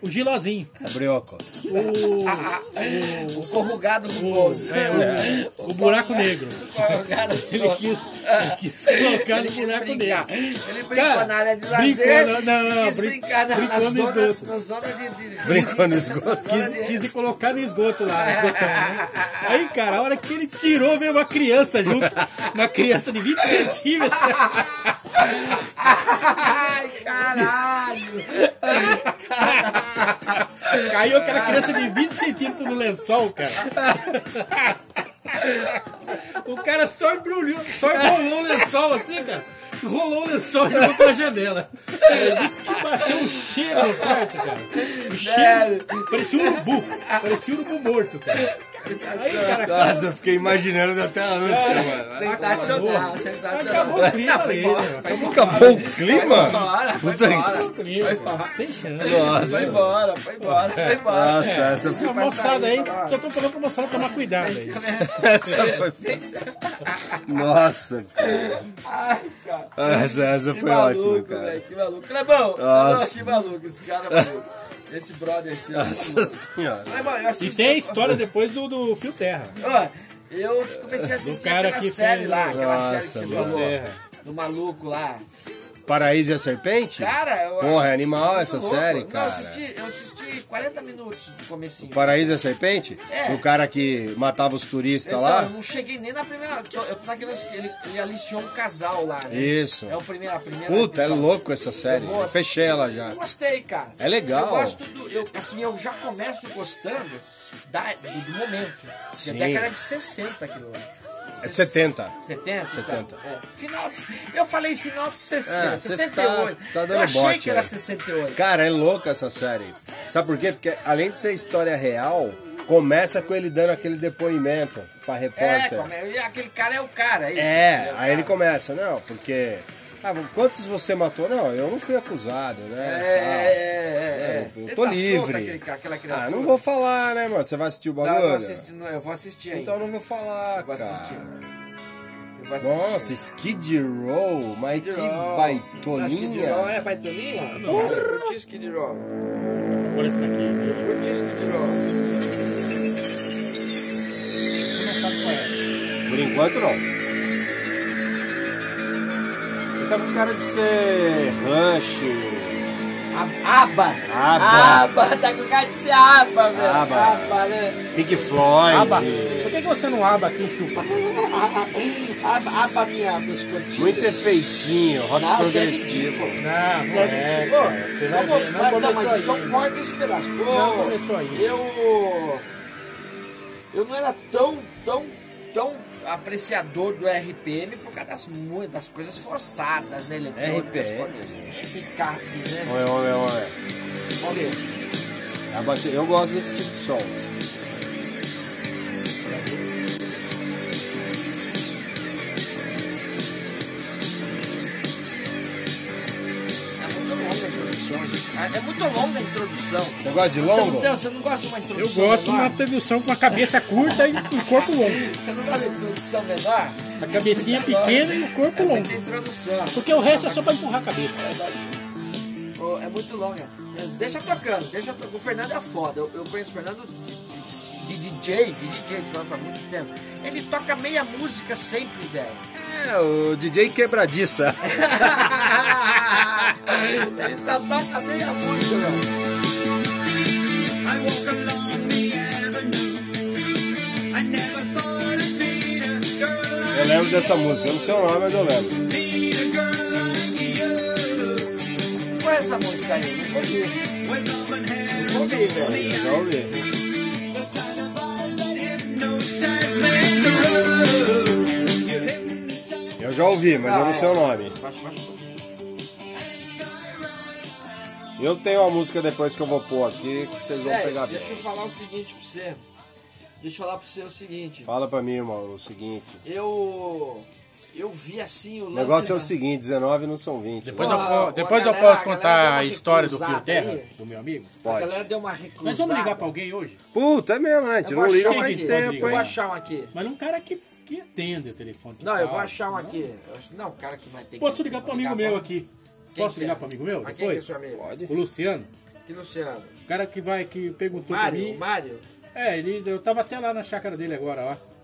o gilozinho.
É brioco.
o corrugado
O,
rugoso.
é, o- o buraco negro.
O corrugado
Ele
rugoso.
quis, ele quis colocar no
Ele quis
buraco
brincar.
negro.
Ele brincou
Cara,
na área de
brincou
lazer.
na- não, não, não,
quis
brin-
brincar na, na
brincou no
zona,
esgoto.
na zona de, de-
Brincou no
na
esgoto.
zona de-
Quis, quis ir colocar no esgoto lá, no esgotão, né? Aí, cara, a hora que ele tirou, veio uma criança junto. Uma criança de 20 centímetros.
Ai, caralho!
Caiu aquela criança de 20 centímetros no lençol, cara. O cara só embrulhou, só enrolou o lençol assim, cara. Rolou o lençol e jogou pra janela. Ele disse que bateu um cheiro no quarto, cara. O cheiro parecia um urubu. Parecia um urubu morto, cara. Aí, cara,
Nossa, eu fiquei imaginando até a noite, mano.
Sensacional, sensacional.
Acabou o clima
Não, foi
ali,
embora,
né?
foi embora.
Acabou o clima?
Bora, foi
Puta que-
embora.
incrível, cara. Sem chance.
Foi embora, foi embora, foi embora.
Nossa, essa
A
foi,
moçada aí, só tô falando pra moçada tomar cuidado aí.
essa foi. Nossa, cara. Essa, essa
Que
foi
maluco,
ótima, cara.
velho, que maluco. Clebão, Clebão,
Nossa.
que maluco, esse cara é maluco. Esse brother seu.
Nossa senhora.
Clebão, eu
E
assisti.
tem a história depois do, do Fio Terra.
Ó, eu comecei a assistir
Do cara
aquela
que
série
fez-
lá, aquela
Nossa,
série que você
meu
falou.
Deus.
Do maluco lá.
Paraíso e a Serpente?
Cara, eu
Porra, é animal
muito
essa
louco.
série,
Não, eu
cara.
assisti, eu assisti 40 minutos do comecinho.
Paraíso e a Serpente?
É.
O cara que matava os turistas
Então, eu
lá?
não cheguei nem na primeira. Eu eu tô naqueles que ele, ele aliciou um casal lá, né?
Isso.
É o primeiro, a primeira.
Puta, é
então,
louco essa série.
Eu vou assistir.
Fechei ela já.
Eu gostei, cara.
É legal.
Eu gosto do. Eu, assim, eu já começo gostando da- do, do momento.
Sim.
É década de 60 aquilo lá.
É 70.
70?
70.
Então, é. Final de, eu falei final de 60,
É, você tá-
68.
tá dando
eu achei
bote
que era
aí.
68.
Cara, é louca essa série. Sabe por quê? Porque além de ser história real, começa com ele dando aquele depoimento pra
É,
repórter.
como é- e aquele cara é o cara. isso.
É,
o cara.
aí ele começa, não, porque. Ah, quantos você matou? Não, eu não fui acusado, né?
É, é,
tal.
é, é.
Eu
Ele
tô
tá solto,
livre.
aquele cara, aquela
Ah, não
criatura.
vou falar, né, mano? Você vai assistir o
Não,
bagulho?
eu vou assistir, não, eu vou assistir ainda.
Então não vou falar,
eu vou
cara.
assistir. Eu vou assistir.
Nossa, Skid Row, mas que
Row. Não, Skid Row
baitolinha.
é baitolinha? Não, eu curti Skid Row.
Olha Ah, isso daqui. né?
Eu curti Skid Row. Você não sabe qual é.
Por enquanto, não. Você tá com cara de ser Rush.
A- Aba.
Aba.
Aba, tá com cara de ser aba, velho.
Ah,
Aba.
né?
Pink Floyd.
Aba. Por que, que você não aba aqui e chupa?
Aba, aba minha biscoitinha.
Muito efeitinho, rock
Não, você é
progressivo.
ridículo.
Não,
Você é
moleque.
ridículo.
cara, Você vai
Então,
ver. Não
mas- não,
começou
mas
aí.
Então corta esse pedaço.
Não
Pô,
começou aí.
Eu. Eu não era tão, tão, tão apreciador do RPM por causa das, mu- das coisas forçadas, né? eletrônicas,
RPM?
Os picape, né?
Oi, oi, oi.
Olha,
A batida- Eu gosto desse tipo de som.
é muito longa a introdução, gente. Ah, É muito longa a introdução.
Você gosta de
Você
longo?
não, tem- você não gosta de uma
Eu
introdução
gosto de uma
menor?
televisão com a cabeça curta e
um
o corpo longo.
Você não gosta de introdução menor?
A cabecinha pequena e o corpo
É
longo.
muita introdução.
Porque o resto é só pra empurrar a cabeça.
Ô, é muito longa. Deixa tocando, deixa tocando. O Fernando é foda. Eu, eu conheço o Fernando de, de DJ, de DJ, tô falando faz muito tempo. Ele toca meia música sempre, velho.
É, o DJ quebradiça.
Ele só toca meia música, velho.
I walk along the avenue. I never thought
lembro dessa música. Eu não sei o nome, mas eu lembro.
Qual é essa música aí? Não ouvi. Não ouvi, velho.
Eu já ouvi. Eu já ouvi, mas eu não sei o nome.
Baixa, baixa.
Eu tenho uma música depois que eu vou pôr aqui que vocês vão
Véi,
pegar bem.
Deixa eu falar o seguinte pra você. Deixa eu falar pra você o seguinte.
Fala pra mim, irmão, o seguinte.
Eu. Eu vi assim o
O
lance.
negócio é o
da-
seguinte, 19 não são 20.
Depois,
né?
Porra,
eu,
a
po- depois eu
galera-
posso
a galera
contar
dá
a
uma
história do Fio
recusada
Terra,
aí.
do meu amigo.
A
Pode.
galera deu uma recusada.
Nós vamos ligar pra alguém hoje?
Puta, é mesmo, né? A gente
Eu
não
vou
liga
achar um
faz
aqui.
tempo,
Eu vou
hein?
achar um aqui.
Mas um cara que, que atende o telefone.
Não, eu vou
Tá.
achar um aqui. Não, o cara que vai ter que.
Posso ligar pro amigo meu aqui?
Quem
Posso
que
ligar
é?
pro amigo meu
Mas quem que é
depois?
seu amigo?
Pode.
O Luciano.
Que Luciano.
O cara que vai, que perguntou pra
Mário,
mim.
Mário.
É, ele, eu tava até lá na chácara dele agora, ó.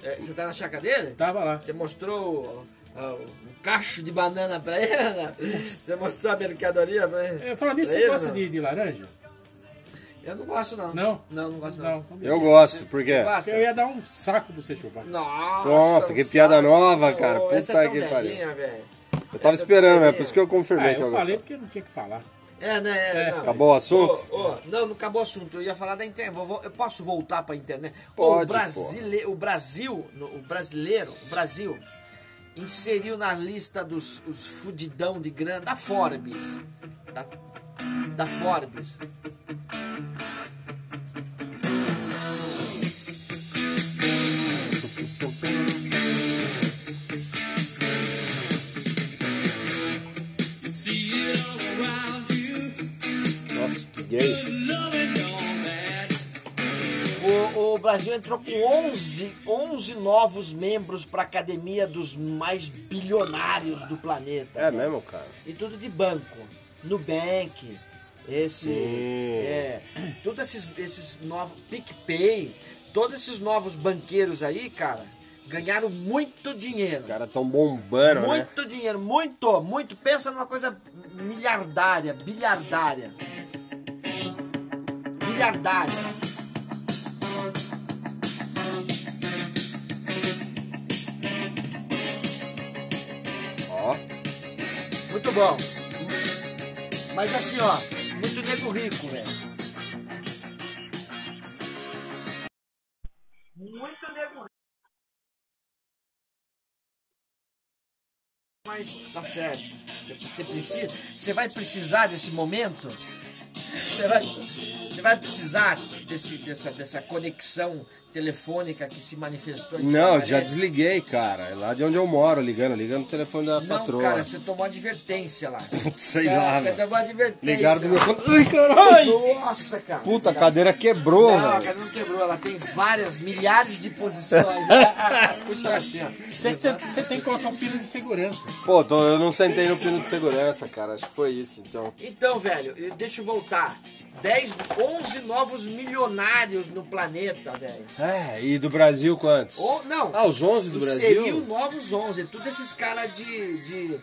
É, você tá na chácara dele?
Tava lá.
Você mostrou o, o- o cacho de banana pra ela? Você mostrou a mercadoria pra ele?
É, Falando nisso,
Pra
você
ele,
gosta
não?
de, de laranja?
Eu não gosto, não.
Não?
Não, não gosto,
Não.
não.
então
Eu
beleza.
gosto, porque.
Você gosta?
Eu ia dar um saco pra você chupar.
Nossa,
Nossa, que piada
saco.
nova, cara.
Ô, essa
Puta
é tão
que pariu.
velhinha, velho.
Eu tava esperando, é por isso que eu
Ah,
confirmei que
eu
eu
falei
gostava.
porque não tinha que falar.
É, né? É,
É,
não.
Acabou o assunto?
Ô, ô, não, não acabou o assunto. Eu ia falar da internet. Vou- vou- Eu posso voltar pra internet? Ô, o,
Pode,
brasile... o Brasil, no- o brasileiro, o Brasil, inseriu na lista dos os fudidão de grana da Forbes. Da, da Forbes.
Nossa, que gay.
O, o Brasil entrou com 11, 11 novos membros pra academia dos mais bilionários do planeta.
É mesmo, cara?
E tudo de banco. Nubank, esse.
Sim.
É, todos esses, esses novos. PicPay, todos esses novos banqueiros aí, cara, ganharam muito dinheiro.
Os caras tão bombando, né?
Muito dinheiro, muito, muito. Pensa numa coisa milhardária, bilhardária. Bilhardária.
Ó,
Muito bom. Mas assim, ó, muito nego rico, velho. Muito nego rico. Mas tá certo. Você, você precisa. Você vai precisar desse momento? Você vai, você vai precisar desse, dessa, dessa conexão telefônica que se manifestou em
Não, eu
Sumaré?
já desliguei, cara. É lá de onde eu moro, ligando, ligando o telefone da
Não,
patroa.
cara, você tomou advertência lá. É,
Putz, sei lá,
Você
velho.
tomou advertência.
Ligaram do meu fone. Ai, caralho! um
Nossa, cara.
Puta, a
Cara,
cadeira quebrou,
Não, a
velho.
cadeira não quebrou, ela tem várias, milhares de posições. Puxa assim, ó.
Você tem, você tem que colocar um pino de segurança.
Pô, tô- eu não sentei no pino de segurança, cara. Acho que foi isso, então.
Então, velho, eu- deixa eu voltar. 10, 11 novos milionários no planeta, velho.
É, e do Brasil quantos?
Ou, não.
Ah, os 11 do
inseriu
Brasil?
novos 11. Tudo esses caras de, de,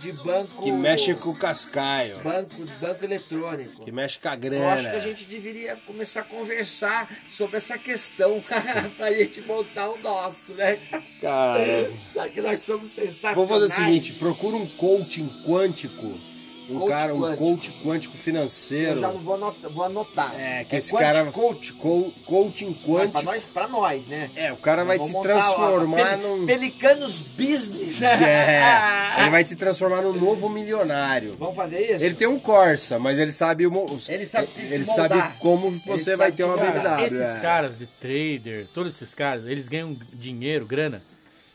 de banco...
Que mexe com o cascaio.
Banco, banco eletrônico.
Que mexe com a
Eu acho que
grana.
a gente deveria começar a conversar sobre essa questão pra gente voltar o nosso, né?
Cara.
Já que nós somos sensacionais.
Vou fazer o seguinte, procura um coaching quântico. Um
Coach
cara, um
quântico.
coach quântico financeiro.
Eu já não vou anotar. Vou anotar.
É, que esse
quanti-
cara.
Coach.
Co- coaching
Mas pra
quântico.
nós, pra nós, né?
É, o cara vai
Vamos
te
montar,
transformar
ó,
num.
Pel- Pelicanos Business.
É, ele vai te transformar num novo milionário.
Vamos fazer isso?
Ele tem um Corsa, mas ele sabe o mo- os-
Ele sabe te
ele
moldar.
sabe como
Ele
você
sabe
vai
te
ter uma
moldar.
BMW.
Esses
é.
caras de trader, todos esses caras, eles ganham dinheiro, grana,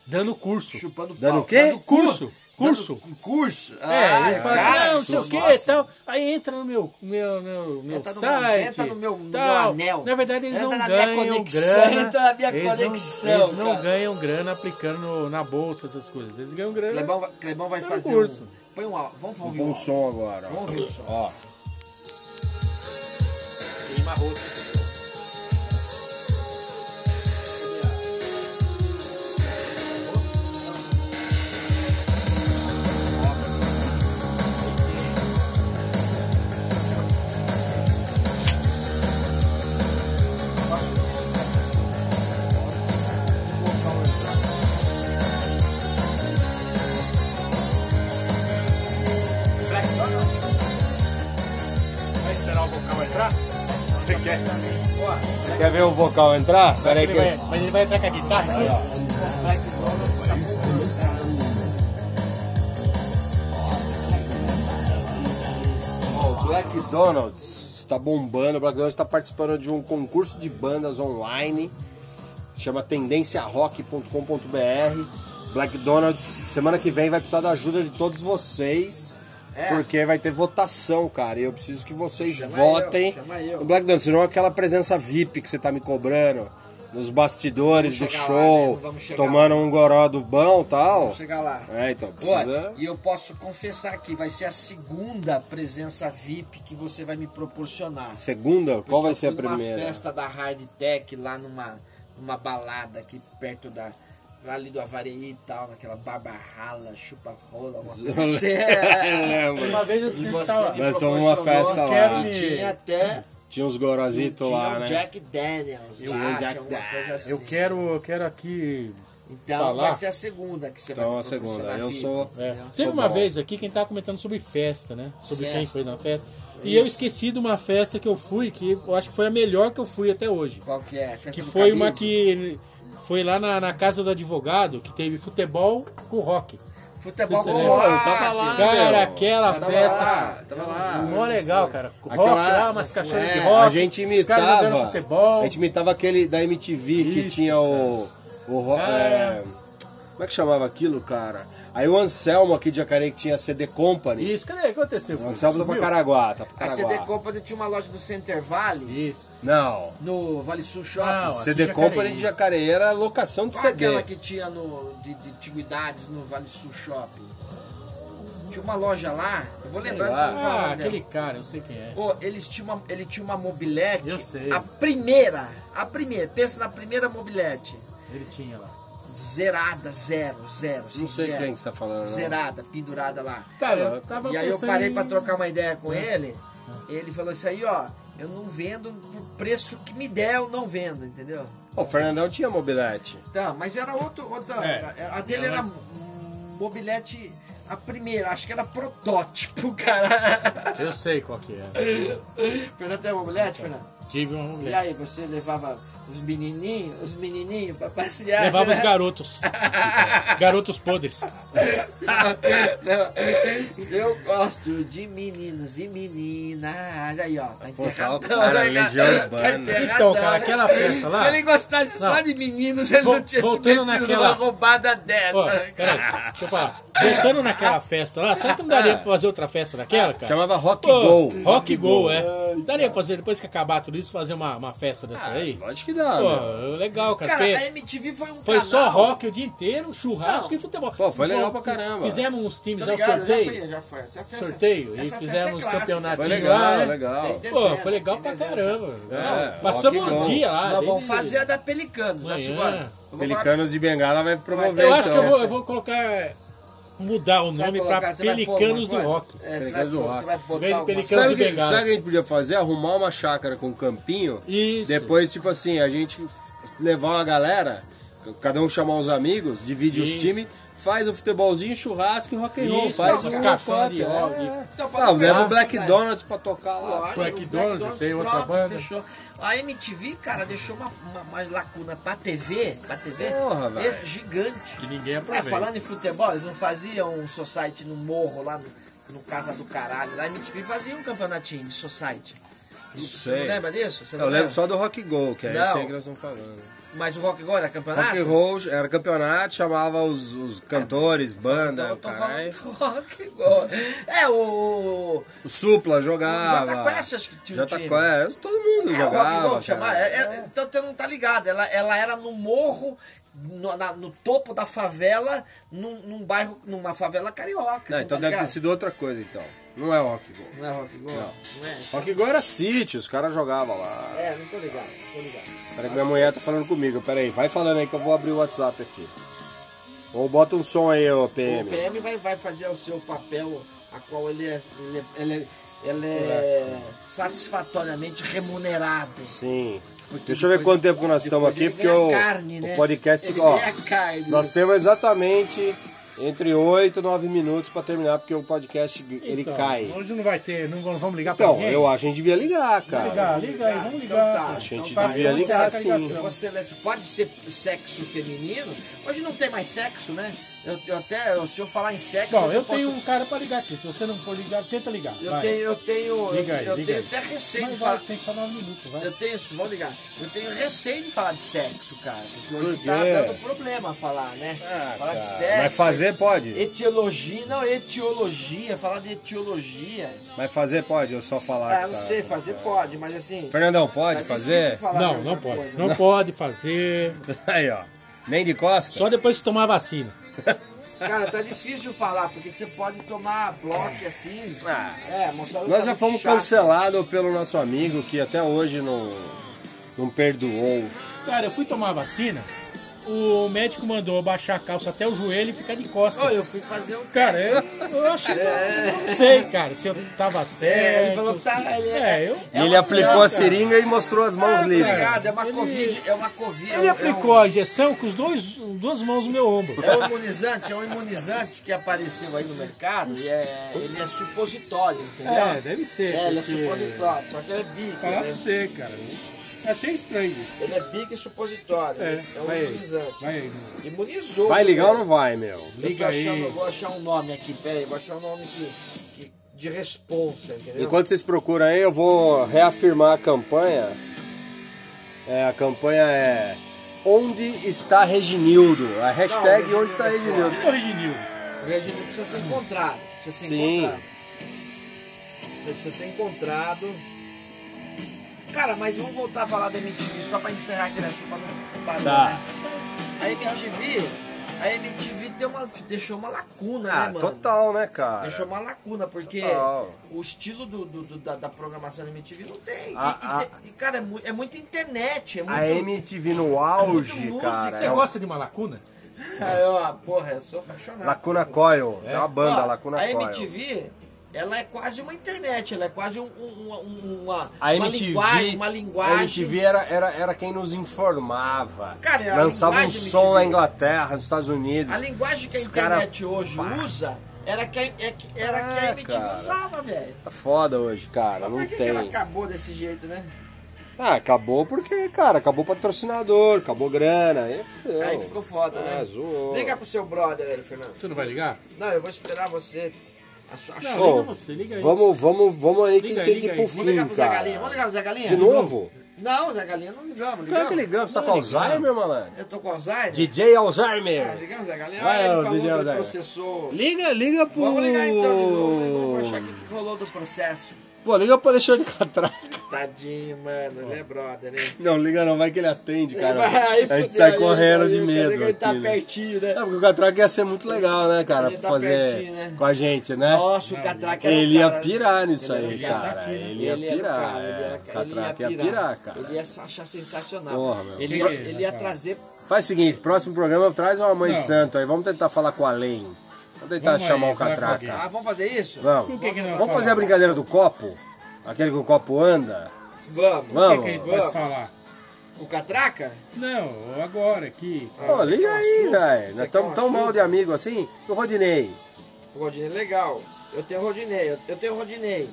dando curso.
Chupando
Dando
pau.
o quê?
Dando
Curso.
um
Dando
Curso.
Curso.
É, eles falam assim,
cara,
ah, não sei o que
nossa.
e tal. Aí entra no meu, meu, meu, meu
Entra no meu-
site.
entra no meu- no
tal.
meu anel.
Na verdade, eles
Entra
não
na minha
ganham
conexão,
grana.
entra na minha
eles não-
conexão,
eles não
cara.
ganham grana aplicando no- na bolsa, essas coisas. Eles ganham grana.
Clebão vai, Clebão vai
Dando
fazer
curso.
um... Põe um áudio. Vamos ouvir um
Um
áudio.
som agora. ó.
Vamos ver o som.
Ó,
Queima rosto. Thank you.
você quer.
Quer ver o vocal entrar? Pera aí
Ele vai,
que...
mas ele vai entrar com a guitarra? né?
O McDonald's está tá bombando. O McDonald's está participando de um concurso de bandas online. Chama tendenciarock.com.br. Black Donald's, semana que vem vai precisar da ajuda de todos vocês.
É.
Porque vai ter votação, cara. E eu preciso que vocês votem no Black Donald's. Senão aquela presença VIP que você tá me cobrando. Nos bastidores do
Vamos chegar lá,
show.
né? Vamos chegar
tomando um goró do bom e tal.
Chegar lá.
É, então,
Ó,
precisa...
e eu posso confessar que vai ser a segunda presença VIP que você vai me proporcionar.
Segunda? Qual vai ser a
Eu fui numa
primeira?
festa da Hard Tech lá numa, numa balada aqui perto da. Ali do Avareí e tal, naquela barba rala, chupa rola, uma coisa assim.
Eu
é
lembro.
Uma vez eu
E você
estava...
me
Nós somos uma
proporcionou-
festa lá.
quero
E
me-
tinha até.
Tinha uns
Tinha
gorositos lá,
um
né?
Jack Daniels.
Tinha
lá,
um Jack
tinha alguma coisa assim.
Eu quero, eu quero aqui...
Então
falar.
vai ser a segunda que você
Então,
vai
a segunda.
proporcionar
Eu
VIP,
sou-
É.
entendeu?
Teve
Sou
uma
bom.
vez aqui quem tava comentando sobre festa, né? Sobre quem
Festa.
foi na festa. E eu esqueci de uma festa que eu fui, que eu acho que foi a melhor que eu fui até hoje.
Qual que é? Festa
Que
do
foi uma
cabide?
que foi lá na, na casa do advogado, que teve futebol com rock.
Futebol
Você
com
lembra?
rock.
tava lá. Ah,
Cara,
meu,
aquela festa.
lá, tava lá.
Mó legal, cara. Rock
Aquela-
lá, umas caixonas de
É,
rock.
A gente
os caras jogando
imitava.
futebol.
A gente imitava aquele da MTV que
Isso,
tinha o. o ro-
Ah,
Cara.
é, como é que chamava aquilo, cara? Aí o Anselmo aqui de Jacareí que tinha a CD Company.
Isso, cadê? O que aconteceu?
O Anselmo tá pra Caraguá, tá pra
A CD
Caraguá.
Company tinha uma loja do Center Valley,
Isso.
Não.
no Vale Sul
Não,
Shopping.
aqui
CD
em Jacareí.
Company de Jacareí era locação de
Qual
CD.
aquela que tinha no, de, de antiguidades no Vale Sul Shopping? Tinha uma loja lá, eu vou lembrar.
lá.
eu vou falar o
Ah,
nome dela.
aquele cara, eu sei quem é.
Pô, eles tinham uma, ele tinha uma mobilete.
Eu sei.
A primeira, a primeira, pensa na primeira mobilete.
Ele tinha lá.
Zerada, zero, zero.
Não
sim,
sei
zero.
quem que você tá falando. não.
Zerada, pendurada lá.
Cara, eu tava
e aí eu
pensando
parei
em- É.
pra trocar uma ideia com ele. Ele falou isso aí, ó. Eu não vendo por preço que me der, eu não vendo, entendeu?
O Fernandão tinha mobilete.
Tá, mas era outro. outra-
É.
a dele era hum, mobilete a primeira, acho que era protótipo, cara.
Eu sei qual que é.
Fernando tem mobilete, Fernando?
Tive uma
E
mulher.
aí, você levava os menininhos, os menininhos pra passear?
Levava
né?
os garotos. garotos podres.
Eu gosto de meninos e meninas. Aí, ó. Tá
Pô, tá o
enterradão,
cara,
né,
Legião Urbana.
Então, cara, aquela festa lá.
Se ele gostasse só
Não.
de meninos, ele
Vol-
não tinha se
voltando
metido
naquela-
numa roubada dessa.
Ó, peraí, deixa eu falar. Voltando naquela festa lá, será que não daria pra fazer outra festa daquela, cara?
Chamava Rock
Pô,
Go.
Rock, Go, é. Daria pra fazer, depois que acabar tudo isso, fazer uma, uma festa dessa aí?
Lógico que dá, né?
Pô,
meu.
legal, cara.
Cara,
porque
a MTV foi um
foi
canal.
só rock o dia inteiro, churrasco e futebol.
Pô, foi legal pra
Fi-
caramba.
Fizemos uns times,
Tá
é o
ligado? Já
sorteio.
foi, já foi. Essa festa-
Sorteio, e
essa festa
fizemos
é clássica.
campeonatos.
Foi
Tinha
legal,
lá,
legal.
Tem dezena,
Pô, foi legal
tem
pra
dezena.
caramba.
É,
Não,
rock
passamos
and
um
roll.
dia lá.
Nós vamos
desde-
fazer a da Pelicanos, acho
Amanhã.
agora.
Pelicanos de Bengala vai promover.
Eu acho que eu
então.
vou, eu vou colocar, mudar o nome pra Pelicanos do Rock.
Pelicanos
Pelicanos
do Rock.
É, Você vai
Vem
botar alguma-
de Pelicanos.
Sabe o
de
que,
bengala.
sabe o que a gente podia fazer? Arrumar uma chácara com um campinho.
Isso.
Depois, tipo assim, a gente levar uma galera, cada um chamar os amigos, divide os
Isso.
times, faz o futebolzinho, churrasco e rock and roll.
Isso,
faz
as
um
caixonas de
pop,
rock.
é.
Então, pode
Não, leva o
pegar.
Black Donuts pra tocar lá.
Lógico,
Black
o
Donald, tem outra
pronto,
banda.
Fechou. A MTV, cara, deixou uma, uma, uma lacuna pra TV, pra TV
Porra,
é
velho.
gigante.
Que ninguém
É,
aproveita.
falando em futebol, eles não faziam um society no morro, lá no, no Casa do Caralho. Lá a MTV fazia um campeonatinho de society. Isso, Você
sei.
não lembra disso? Você não
Eu lembro
lembra?
só do rock and roll, que é
Não.
isso aí que nós estamos falando.
Mas o Rock Go era campeonato?
Rock and roll era campeonato, chamava os, os cantores,
Então
banda,
eu tô falando
caralho.
do Rock Go. É, o...
O Supla
Já
jogava.
tá Quest, acho que tinha um
Jota
time.
Quest, todo mundo
É, o
jogava.
Rock Go, que
cara.
chamava. É, é, Então você não tá ligado. Ela, ela era no morro, no, na- no topo da favela, num, num bairro, numa favela carioca. você
Não, então
tá
deve ter
ligado?
sido outra coisa, então. Não é rock and roll.
Não é Rock Go? Não. é?
Rock and Go era City, os caras jogavam lá.
É, não tô ligado, não tô ligado.
Peraí que minha mulher tá falando comigo, peraí, vai falando aí que eu vou abrir o WhatsApp aqui. Ou bota um som aí, ô
O
PM.
PM vai, vai fazer o seu papel, a qual ele é, ele é, ele é- ele é satisfatoriamente remunerado.
Sim. Deixa eu ver quanto tempo que nós estamos
Depois ele
aqui, porque
ganha
o,
carne, né?
o podcast.
Ele
Ó,
ganha carne.
nós temos exatamente entre 8 e 9 minutos pra terminar, porque o podcast ele
Então,
cai.
Hoje não vai ter, não vamos ligar pra
Então,
ninguém.
eu acho que a gente devia ligar, cara.
Liga, liga aí, vamos ligar.
A gente
Então tá,
devia
vamos
ligar
sacar a
sim.
ligação.
Então, Você pode ser sexo feminino? Hoje não tem mais sexo, né? Eu, eu até, se eu falar em sexo,
Bom, eu
posso-
tenho um cara pra ligar aqui. Se você não for ligar, tenta ligar.
Eu
vai.
tenho, eu tenho,
Liga aí,
eu, eu
liga aí.
tenho até receio de
Mas
falar.
vai, tem só 9 minutos, vai.
Eu tenho, vamos ligar. Eu tenho receio de falar de sexo, cara. Porque
Por
hoje
quê?
tá dando problema falar, né?
Ah,
falar de sexo.
Mas fazer pode?
Etiologia, não, etiologia, falar de etiologia.
Mas fazer pode? Eu só falar.
Ah,
que
eu não
tá-
sei, fazer pode, mas assim.
Fernandão, pode
tá difícil
fazer?
Não,
falar de
não
alguma
pode.
coisa.
Não pode fazer.
Aí, ó. Nem de costa?
Só depois de tomar a vacina.
Cara, tá difícil falar, porque você pode tomar bloco assim.
Ah.
é, moçada.
Nós
tá
já
muito
fomos
chata.
cancelados pelo nosso amigo que até hoje não, não perdoou.
Cara, eu fui tomar a vacina, o médico mandou eu baixar a calça até o joelho e ficar de costas.
Ô, eu fui fazer um
Cara,
teste.
eu, eu achei. Não sei, cara, se eu tava
É, ele
certo.
falou pra você, ele é-
É, eu.
E ele aplicou a seringa e mostrou as mãos livres.
Obrigado, é uma
Ele-
Covid. É uma Covid. é um-
Ele
é um-
aplicou a injeção com os dois, duas mãos no meu ombro.
É um imunizante, é um imunizante que apareceu aí no mercado e é, ele é supositório, entendeu?
É, deve ser.
É, ele é
porque-
supositório, só que ele é bico,
Falar pra
né?
você, cara. eu Achei estranho.
Ele é bico e supositório,
É,
é, é um
vai aí.
imunizante.
Vai aí.
Imunizou.
Vai ligar ou
né?
não vai, meu?
Eu tô
Liga aí.
achando- Vou achar um nome aqui, peraí, vou achar um nome que, que- de responsa, entendeu?
Enquanto vocês procuram aí, eu vou reafirmar a campanha. É, a campanha é Onde está Reginildo? A hashtag
Não, é
Onde está Reginildo.
né,
Ô, Reginil.
Porque a gente não precisa ser encontrado, precisa ser
Sim.
encontrado. Ele precisa ser encontrado. Cara, mas vamos voltar a falar da MTV só pra encerrar aqui né? na chupa não parar.
Tá.
né? A MTV, a MTV tem uma, deixou uma lacuna,
Ah,
né, mano?
total, né, cara?
Deixou uma lacuna, porque
Total.
o estilo do, do- do- da, da programação da MTV não tem. E-
A-
e,
a-
te- e, cara, é, mu- é muita internet. É muito,
A MTV no auge,
música,
cara.
Você
é uma-
gosta de uma lacuna?
Ah, eu, ah, porra, eu sou apaixonado.
Lacuna Coil. É uma banda,
né? Ó,
Lacuna
a
Coil.
MTV, ela é quase uma internet, ela é quase um, um- uma, um- uma,
A
uma
MTV,
linguagem. Uma
A
linguagem.
MTV era, era, era quem nos informava.
Cara, era a
Lançava um
linguagem
som
MTV.
na Inglaterra, nos Estados Unidos.
a linguagem que a
Os cara-
internet hoje usa era que, a- é que- era que a
É,
MTV
cara.
usava, velho.
Tá foda hoje, cara.
Mas
Não
por que, que ela
tem.
acabou desse jeito, né?
Ah, acabou porque, cara, acabou patrocinador, acabou grana. Aí, fudeu.
Aí ficou foda, né?
É, zoou.
Liga pro seu brother aí, Fernando.
Você não vai ligar?
Não, eu vou esperar você. A sua, a sua-
Não, liga
Ô,
você, liga aí.
Vamos, vamos, vamos aí
Liga
que
aí,
tem que
liga
ir pro
aí.
fim,
Vamos ligar pro Zé
cara.
Galinha? Vamos ligar pro Zé Galinha?
De novo?
Não, Zé Galinha não
Como é
ligamos,
que
ligamos.
ligamos? Você tá com Alzheimer, malandro?
Eu tô com Alzheimer.
DJ Alzheimer.
Ah, Ligamos, Zé Galinha?
Vai,
Ah, ele
ô,
falou
DJ
que
Alzheimer.
processou...
Liga, liga pro.
Vamos ligar então de novo, hein? Vamos achar o que, que rolou do processo.
Pô, liga pro Alexandre Catraca.
Tadinho, mano, ele é brother, né?
Não, liga não, vai que ele atende, cara.
Aí
a gente
fudeu,
sai
aí,
correndo
aí
de
o cara
medo.
que Ele tá
aqui, né?
pertinho, né?
É, porque o Catraca ia ser muito legal, né, cara?
Ele
pra
tá
fazer
pertinho, né?
com a gente, né?
Nossa, o Catraca era um
ele ia
cara-
pirar nisso
Ele era
aí,
um cara
cara.
daqui, né?
Ele ia
era um
pirar.
cara, ele
é.
era-
O
ele
Catraca ia pirar, cara.
Ele ia se achar sensacional.
Porra, meu.
Ele, ia, ele ia trazer...
Faz o seguinte, próximo programa traz uma mãe de
Não.
santo aí. Vamos tentar falar com a Len. Vamos tentar
Vamos
chamar
aí,
o
falar com
Catraca.
Ah, vamos fazer isso?
Vamos.
Com quem que nós
Vamos fazer a
falamos?
brincadeira do copo? Aquele que o copo anda?
Vamos.
O que que a gente
Vamos.
vai falar?
O Catraca?
Não, agora aqui.
Pô, liga aí, velho.
Você
Nós
quer um
estamos tão mal
açúcar?
de amigo assim. O Rodinei.
O Rodinei é legal. Eu tenho o Rodinei, eu- eu tenho o Rodinei.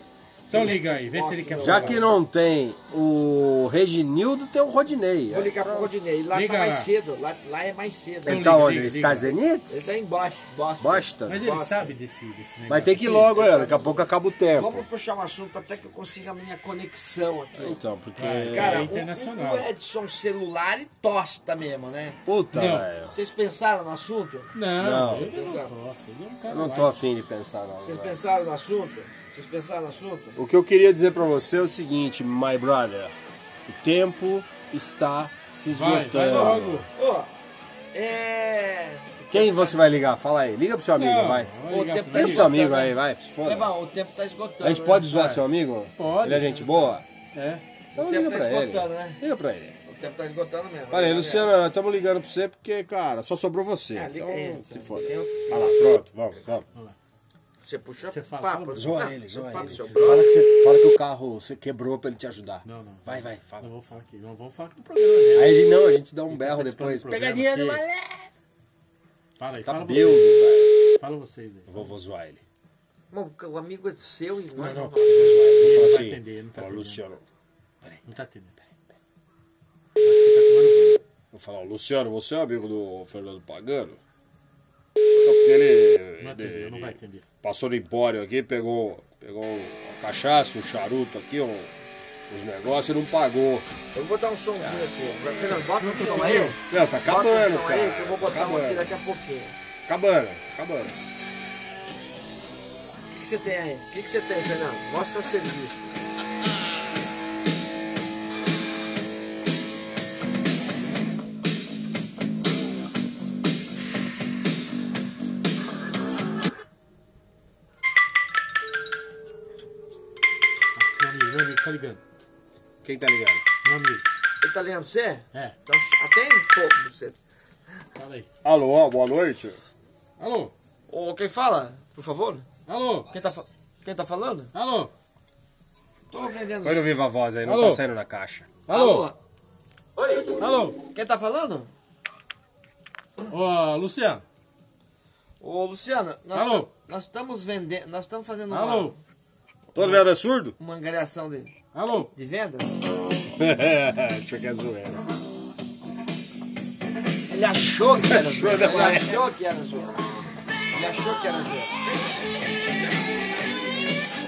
Então liga aí, vê se ele quer
Nossa,
Já
falar.
que não tem o Reginildo, tem o Rodinei.
Vou ligar pro Rodinei. Lá
Liga
tá mais
lá.
cedo. Lá, lá é mais cedo.
Ele
Ele
tá
liga,
onde?
liga,
Ele
liga.
está Zenit?
tá em Boston. Boston.
Boston?
Mas ele sabe desse, desse negócio.
Mas tem que ir
aqui?
logo, olha, daqui a pouco acaba o tempo.
Vamos puxar um assunto até que eu consiga a minha conexão aqui.
Então, porque.
Cara,
é
o-
internacional.
O, o Edson celular e tosta mesmo, né?
Puta,
Não.
velho.
Vocês pensaram no assunto?
Não,
Não.
ele não gosta. Ele é um cara
Eu não
lá.
tô afim de pensar, não.
Vocês
velho.
pensaram no assunto? Vocês pensaram no assunto?
O que eu queria dizer pra você é o seguinte, my brother. O tempo está se
Vai,
esgotando.
vai logo.
Ó, é...
Quem você vai ligar? Fala aí. Liga pro seu amigo,
Não, vai
vai.
ligar pra
O tempo tá
Liga pro
ele.
seu amigo
esgotando,
aí,
né?
vai. Foda.
Levan, o tempo tá esgotando.
A gente
né?
pode zoar seu amigo?
Pode.
Ele é gente boa?
É.
Então
O tempo
liga
tá
pra ele.
esgotando, né?
Liga pra ele.
O tempo tá esgotando mesmo.
Olha aí,
Né?
Luciana, estamos ligando pra você porque, cara, só sobrou você.
Ah, liga
então,
aí,
se
Luciana.
foda.
Eu-
Olha lá, pronto, vamos, vamos.
Você puxou
Você fala,
papo.
Zoa
Ah,
ele,
seu
zoa
papo,
ele.
seu
Fala que, você- fala que o carro você quebrou pra ele te ajudar.
Não, não.
Vai, vai, fala.
Não vou falar aqui. Não vou falar aqui do programa, né?
Aí a tá gente, não, a gente dá um berro depois.
Programa aqui. Fala aí,
Tá
fala
beudo, velho.
Fala vocês aí.
Vou, vou zoar ele.
Mano, o amigo é seu e
Não, não, eu vou zoar ele. Vou falar
vai
assim.
atender, não tá
ó,
atendendo.
Luciano.
Não tá atendendo. Acho que tá tomando banho.
Vou falar, ó, Luciano, você é amigo do Fernando Pagano? Não, porque ele.
Não
ele-
atendeu, não
ele
vai atender.
Passou no empório aqui, pegou, pegou uma cachaça, um charuto aqui, um, uns negócios e não pagou.
Eu vou botar um somzinho aqui. Fernando, bota um som aí.
Não, tá
Bota um
acabando,
som
cara.
aí que eu vou botar
tá
um aqui
acabando.
daqui a pouquinho.
Acabando, acabando.
O que que você tem aí? O que que você tem, Fernando? Mostra o serviço.
Meu amigo, meu amigo, tá ligando.
Quem tá ligado?
Meu amigo,
Ele tá ligando pra você?
é,
Então, atende, pô, você.
fala aí.
Alô, boa noite.
Alô,
Ô, quem fala? Por favor?
alô,
Quem tá, fa- quem tá falando?
alô,
Tô vendendo.
Põe no Viva Voz aí, não
Alô?
tá saindo na caixa.
alô, alô.
Quem tá falando?
Ô, Luciano,
Ô, Luciano, nós,
Alô?
tam- nós estamos vendendo, nós estamos fazendo
alô,
uma,
Todo velho é surdo?
uma angariação de,
alô.
de vendas.
Tinha que é zoeira.
Ele achou que era zoeira.
não
Ele
é.
achou que era zoeira. Ele achou que era zoeira.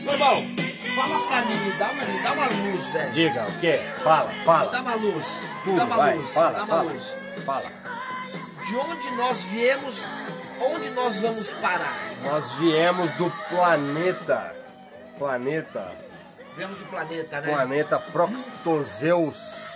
Lobão, fala pra mim, me dá uma, me dá uma luz, velho.
Diga o quê? Fala,
Me dá
fala.
uma luz. Me
Tudo,
dá uma
vai.
luz.
fala,
dá uma
fala.
luz.
Fala.
De onde nós viemos, onde nós vamos parar?
Nós viemos do planeta. Planeta.
Vemos o planeta, né?
Planeta Proxtozeus.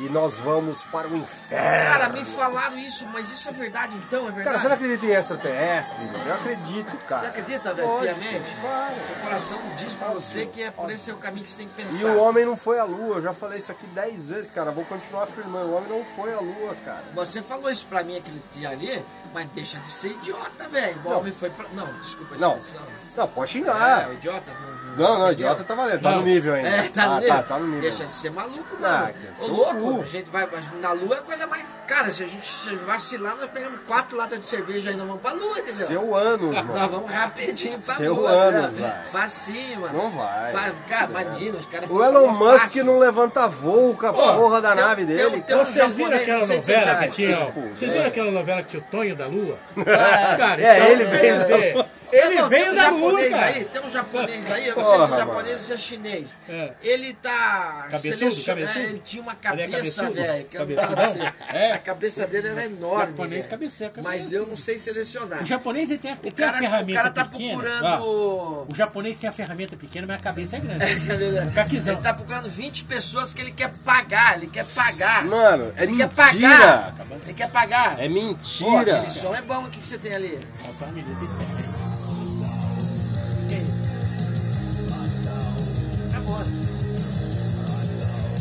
E nós vamos para o inferno.
Cara, me falaram isso, mas isso é verdade então? É verdade?
Cara, você não acredita em extraterrestre, mano? Eu acredito, cara.
Você acredita, velho,
Lógico,
piamente?
claro.
Seu coração diz pra você que é por esse é o caminho que você tem que pensar.
E o homem não foi à lua, eu já falei isso aqui 10 vezes, cara. Vou continuar afirmando, o homem não foi à lua, cara.
Você falou isso pra mim aquele dia ali, mas deixa de ser idiota, velho. O
Não.
homem foi pra... Não, desculpa a
Não,
expressão.
não, pode
É,
xingar.
o idiota...
Não, não,
entendeu?
idiota tá valendo, tá no nível ainda.
É, tá,
Ah,
no
tá, tá no nível.
Deixa de ser maluco,
Ah,
mano.
que
Ô,
seu
louco,
cu.
a gente vai... Na lua é a coisa mais... Cara, se a gente se vacilar, nós pegamos quatro latas de cerveja e nós vamos pra lua, entendeu?
Seu ânus,
Nós
mano.
vamos rapidinho pra
Seu
lua,
ânus,
né?
vai.
Facinho, mano.
Não vai.
Fa- Cara, imagina, os caras
O
falam
Elon
que é
Musk
fácil.
não levanta voo com a
Ô,
porra da
tem- um-
nave
tem-
dele,
tem-
cara.
Vocês viram
Então, japonês,
aquela
não sei se
novela
já-
que tinha?
se fuder.
Vocês viram aquela novela que tinha o Tonho da Lua?
Ah,
Cara, então,
É, ele
quer
veio.
dizer,
Não,
Ele
tem
veio
um
da Lua,
japonês
cara.
Aí, tem um japonês aí, eu não sei
Porra,
se é
mano.
japonês ou se é chinês.
É.
Ele tá
Cabeçudo,
selecion-
cabeçudo?
é, Ele tinha uma
Ele é
cabeça,
cabeçudo?
velho. que eu não
Cabeçudão?
sei. A
É.
cabeça dele era enorme.
Japonês
velho.
cabeça, cabeça.
Mas eu não sei selecionar.
O japonês ele tem, ele
O
tem a
cara, o
ferramenta
cara tá
pequena.
procurando.
O japonês tem a ferramenta pequena, mas a cabeça é grande. Caquizão.
Ele tá procurando 20 pessoas que ele quer pagar, ele quer pagar.
Mano, é
ele
mentira.
quer pagar. Ele quer pagar.
É
Pô,
mentira.
aquele som é bom, o que, que você tem ali?
Falta um minuto e sete.
Acabou.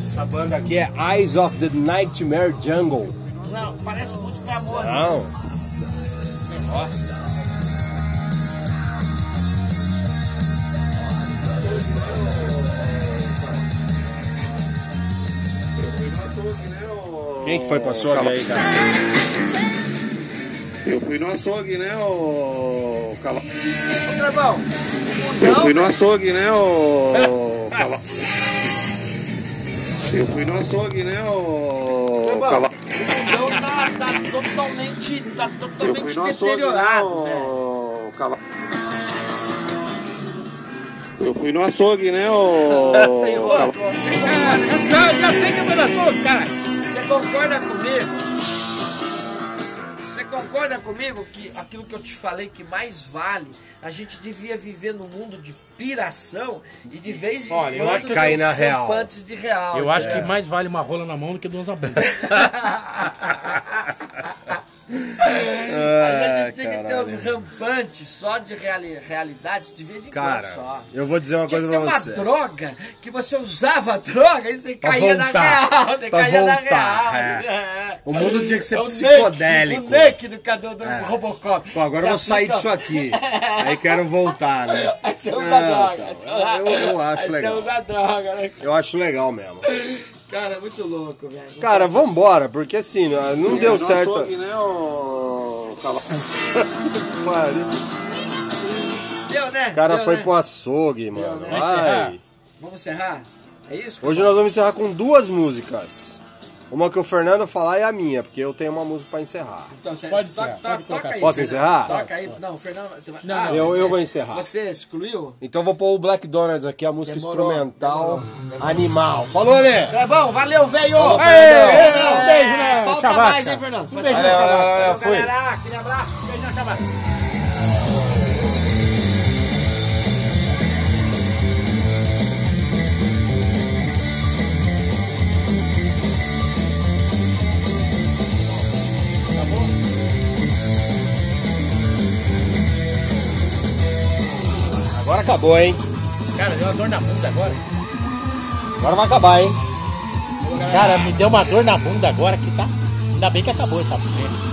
Essa banda aqui é Eyes of the Nightmare Jungle.
Não, parece muito com amor. né?
Não. Quem que foi pra sua aí, cara?
Eu fui no açougue, né, ô. Cala...
Ô, Trevão,
Eu
não,
fui no açougue, né, ô. Cala... Eu fui no açougue, né, ô.
Trevão,
Cala...
o mundão tá, tá totalmente, tá
Eu fui
totalmente
no açougue, né,
deteriorado, velho.
ô. Cala... Eu fui no açougue, né, ô. Cala...
Cara, já sei que é pedaço, cara.
Você concorda comigo? Você concorda comigo que aquilo que eu te falei que mais vale, a gente devia viver num mundo de piração e de vez em
Olha, eu acho
quando
que-
Cair na
ser
real.
poupantes de real.
Eu acho
entendeu?
que mais vale uma rola na mão do que duas na bunda.
a gente tinha que ter
É, caralho.
uns rampantes só de reali realidades de vez em quando
Cara,
só.
eu vou dizer uma
Tinha
coisa
que
pra
ter uma
você.
droga que você usava a droga e você
Pra
caía
voltar,
na real. Você
pra
caía
voltar, é.
na real.
O mundo tinha que ser
É o
psicodélico. É.
naked, O naked do, do, do Robocop.
Pô, agora eu vou
Você
sair
aplica-
disso aqui. Aí quero voltar, né?
Aí você usa
Não,
droga.
tá. Eu- eu acho
Aí
legal.
Você usa droga, né?
Eu acho legal mesmo.
Cara, é muito louco, velho.
Cara,
né,
vambora, porque assim, não não deu certo.
né, ô. Cala...
pariu.
Deu, né?
O cara
Deu,
foi
né?
pro açougue, mano.
né?
Vai.
Vamos encerrar? É isso?
Hoje nós vamos encerrar com duas músicas. Uma que o Fernando falar e a minha, porque eu tenho uma música pra encerrar.
Então, você-
Pode
toca,
encerrar,
toca
pode colocar.
aí.
Posso
Fernando.
encerrar?
Toca aí. Não, Fernando, você vai. Ah,
Não, não.
Eu, eu vou
você-
encerrar.
Você excluiu?
Então vou pôr o Black Donuts aqui, a música
Demorou,
instrumental animal. Falou, né?
Tá bom, valeu, velho!
ei,
Fernando.
um beijo na
Falta
chavasca.
mais, hein, Fernando?
Um beijo na
Valeu, valeu, valeu,
Valeu,
fui.
galera. Aquele abraço.
um
Beijo na chavasca.
Agora acabou, hein?
Cara, deu uma dor na bunda agora.
Agora vai acabar, hein?
Cara, me deu uma dor na bunda agora que tá. Ainda bem que acabou essa merda.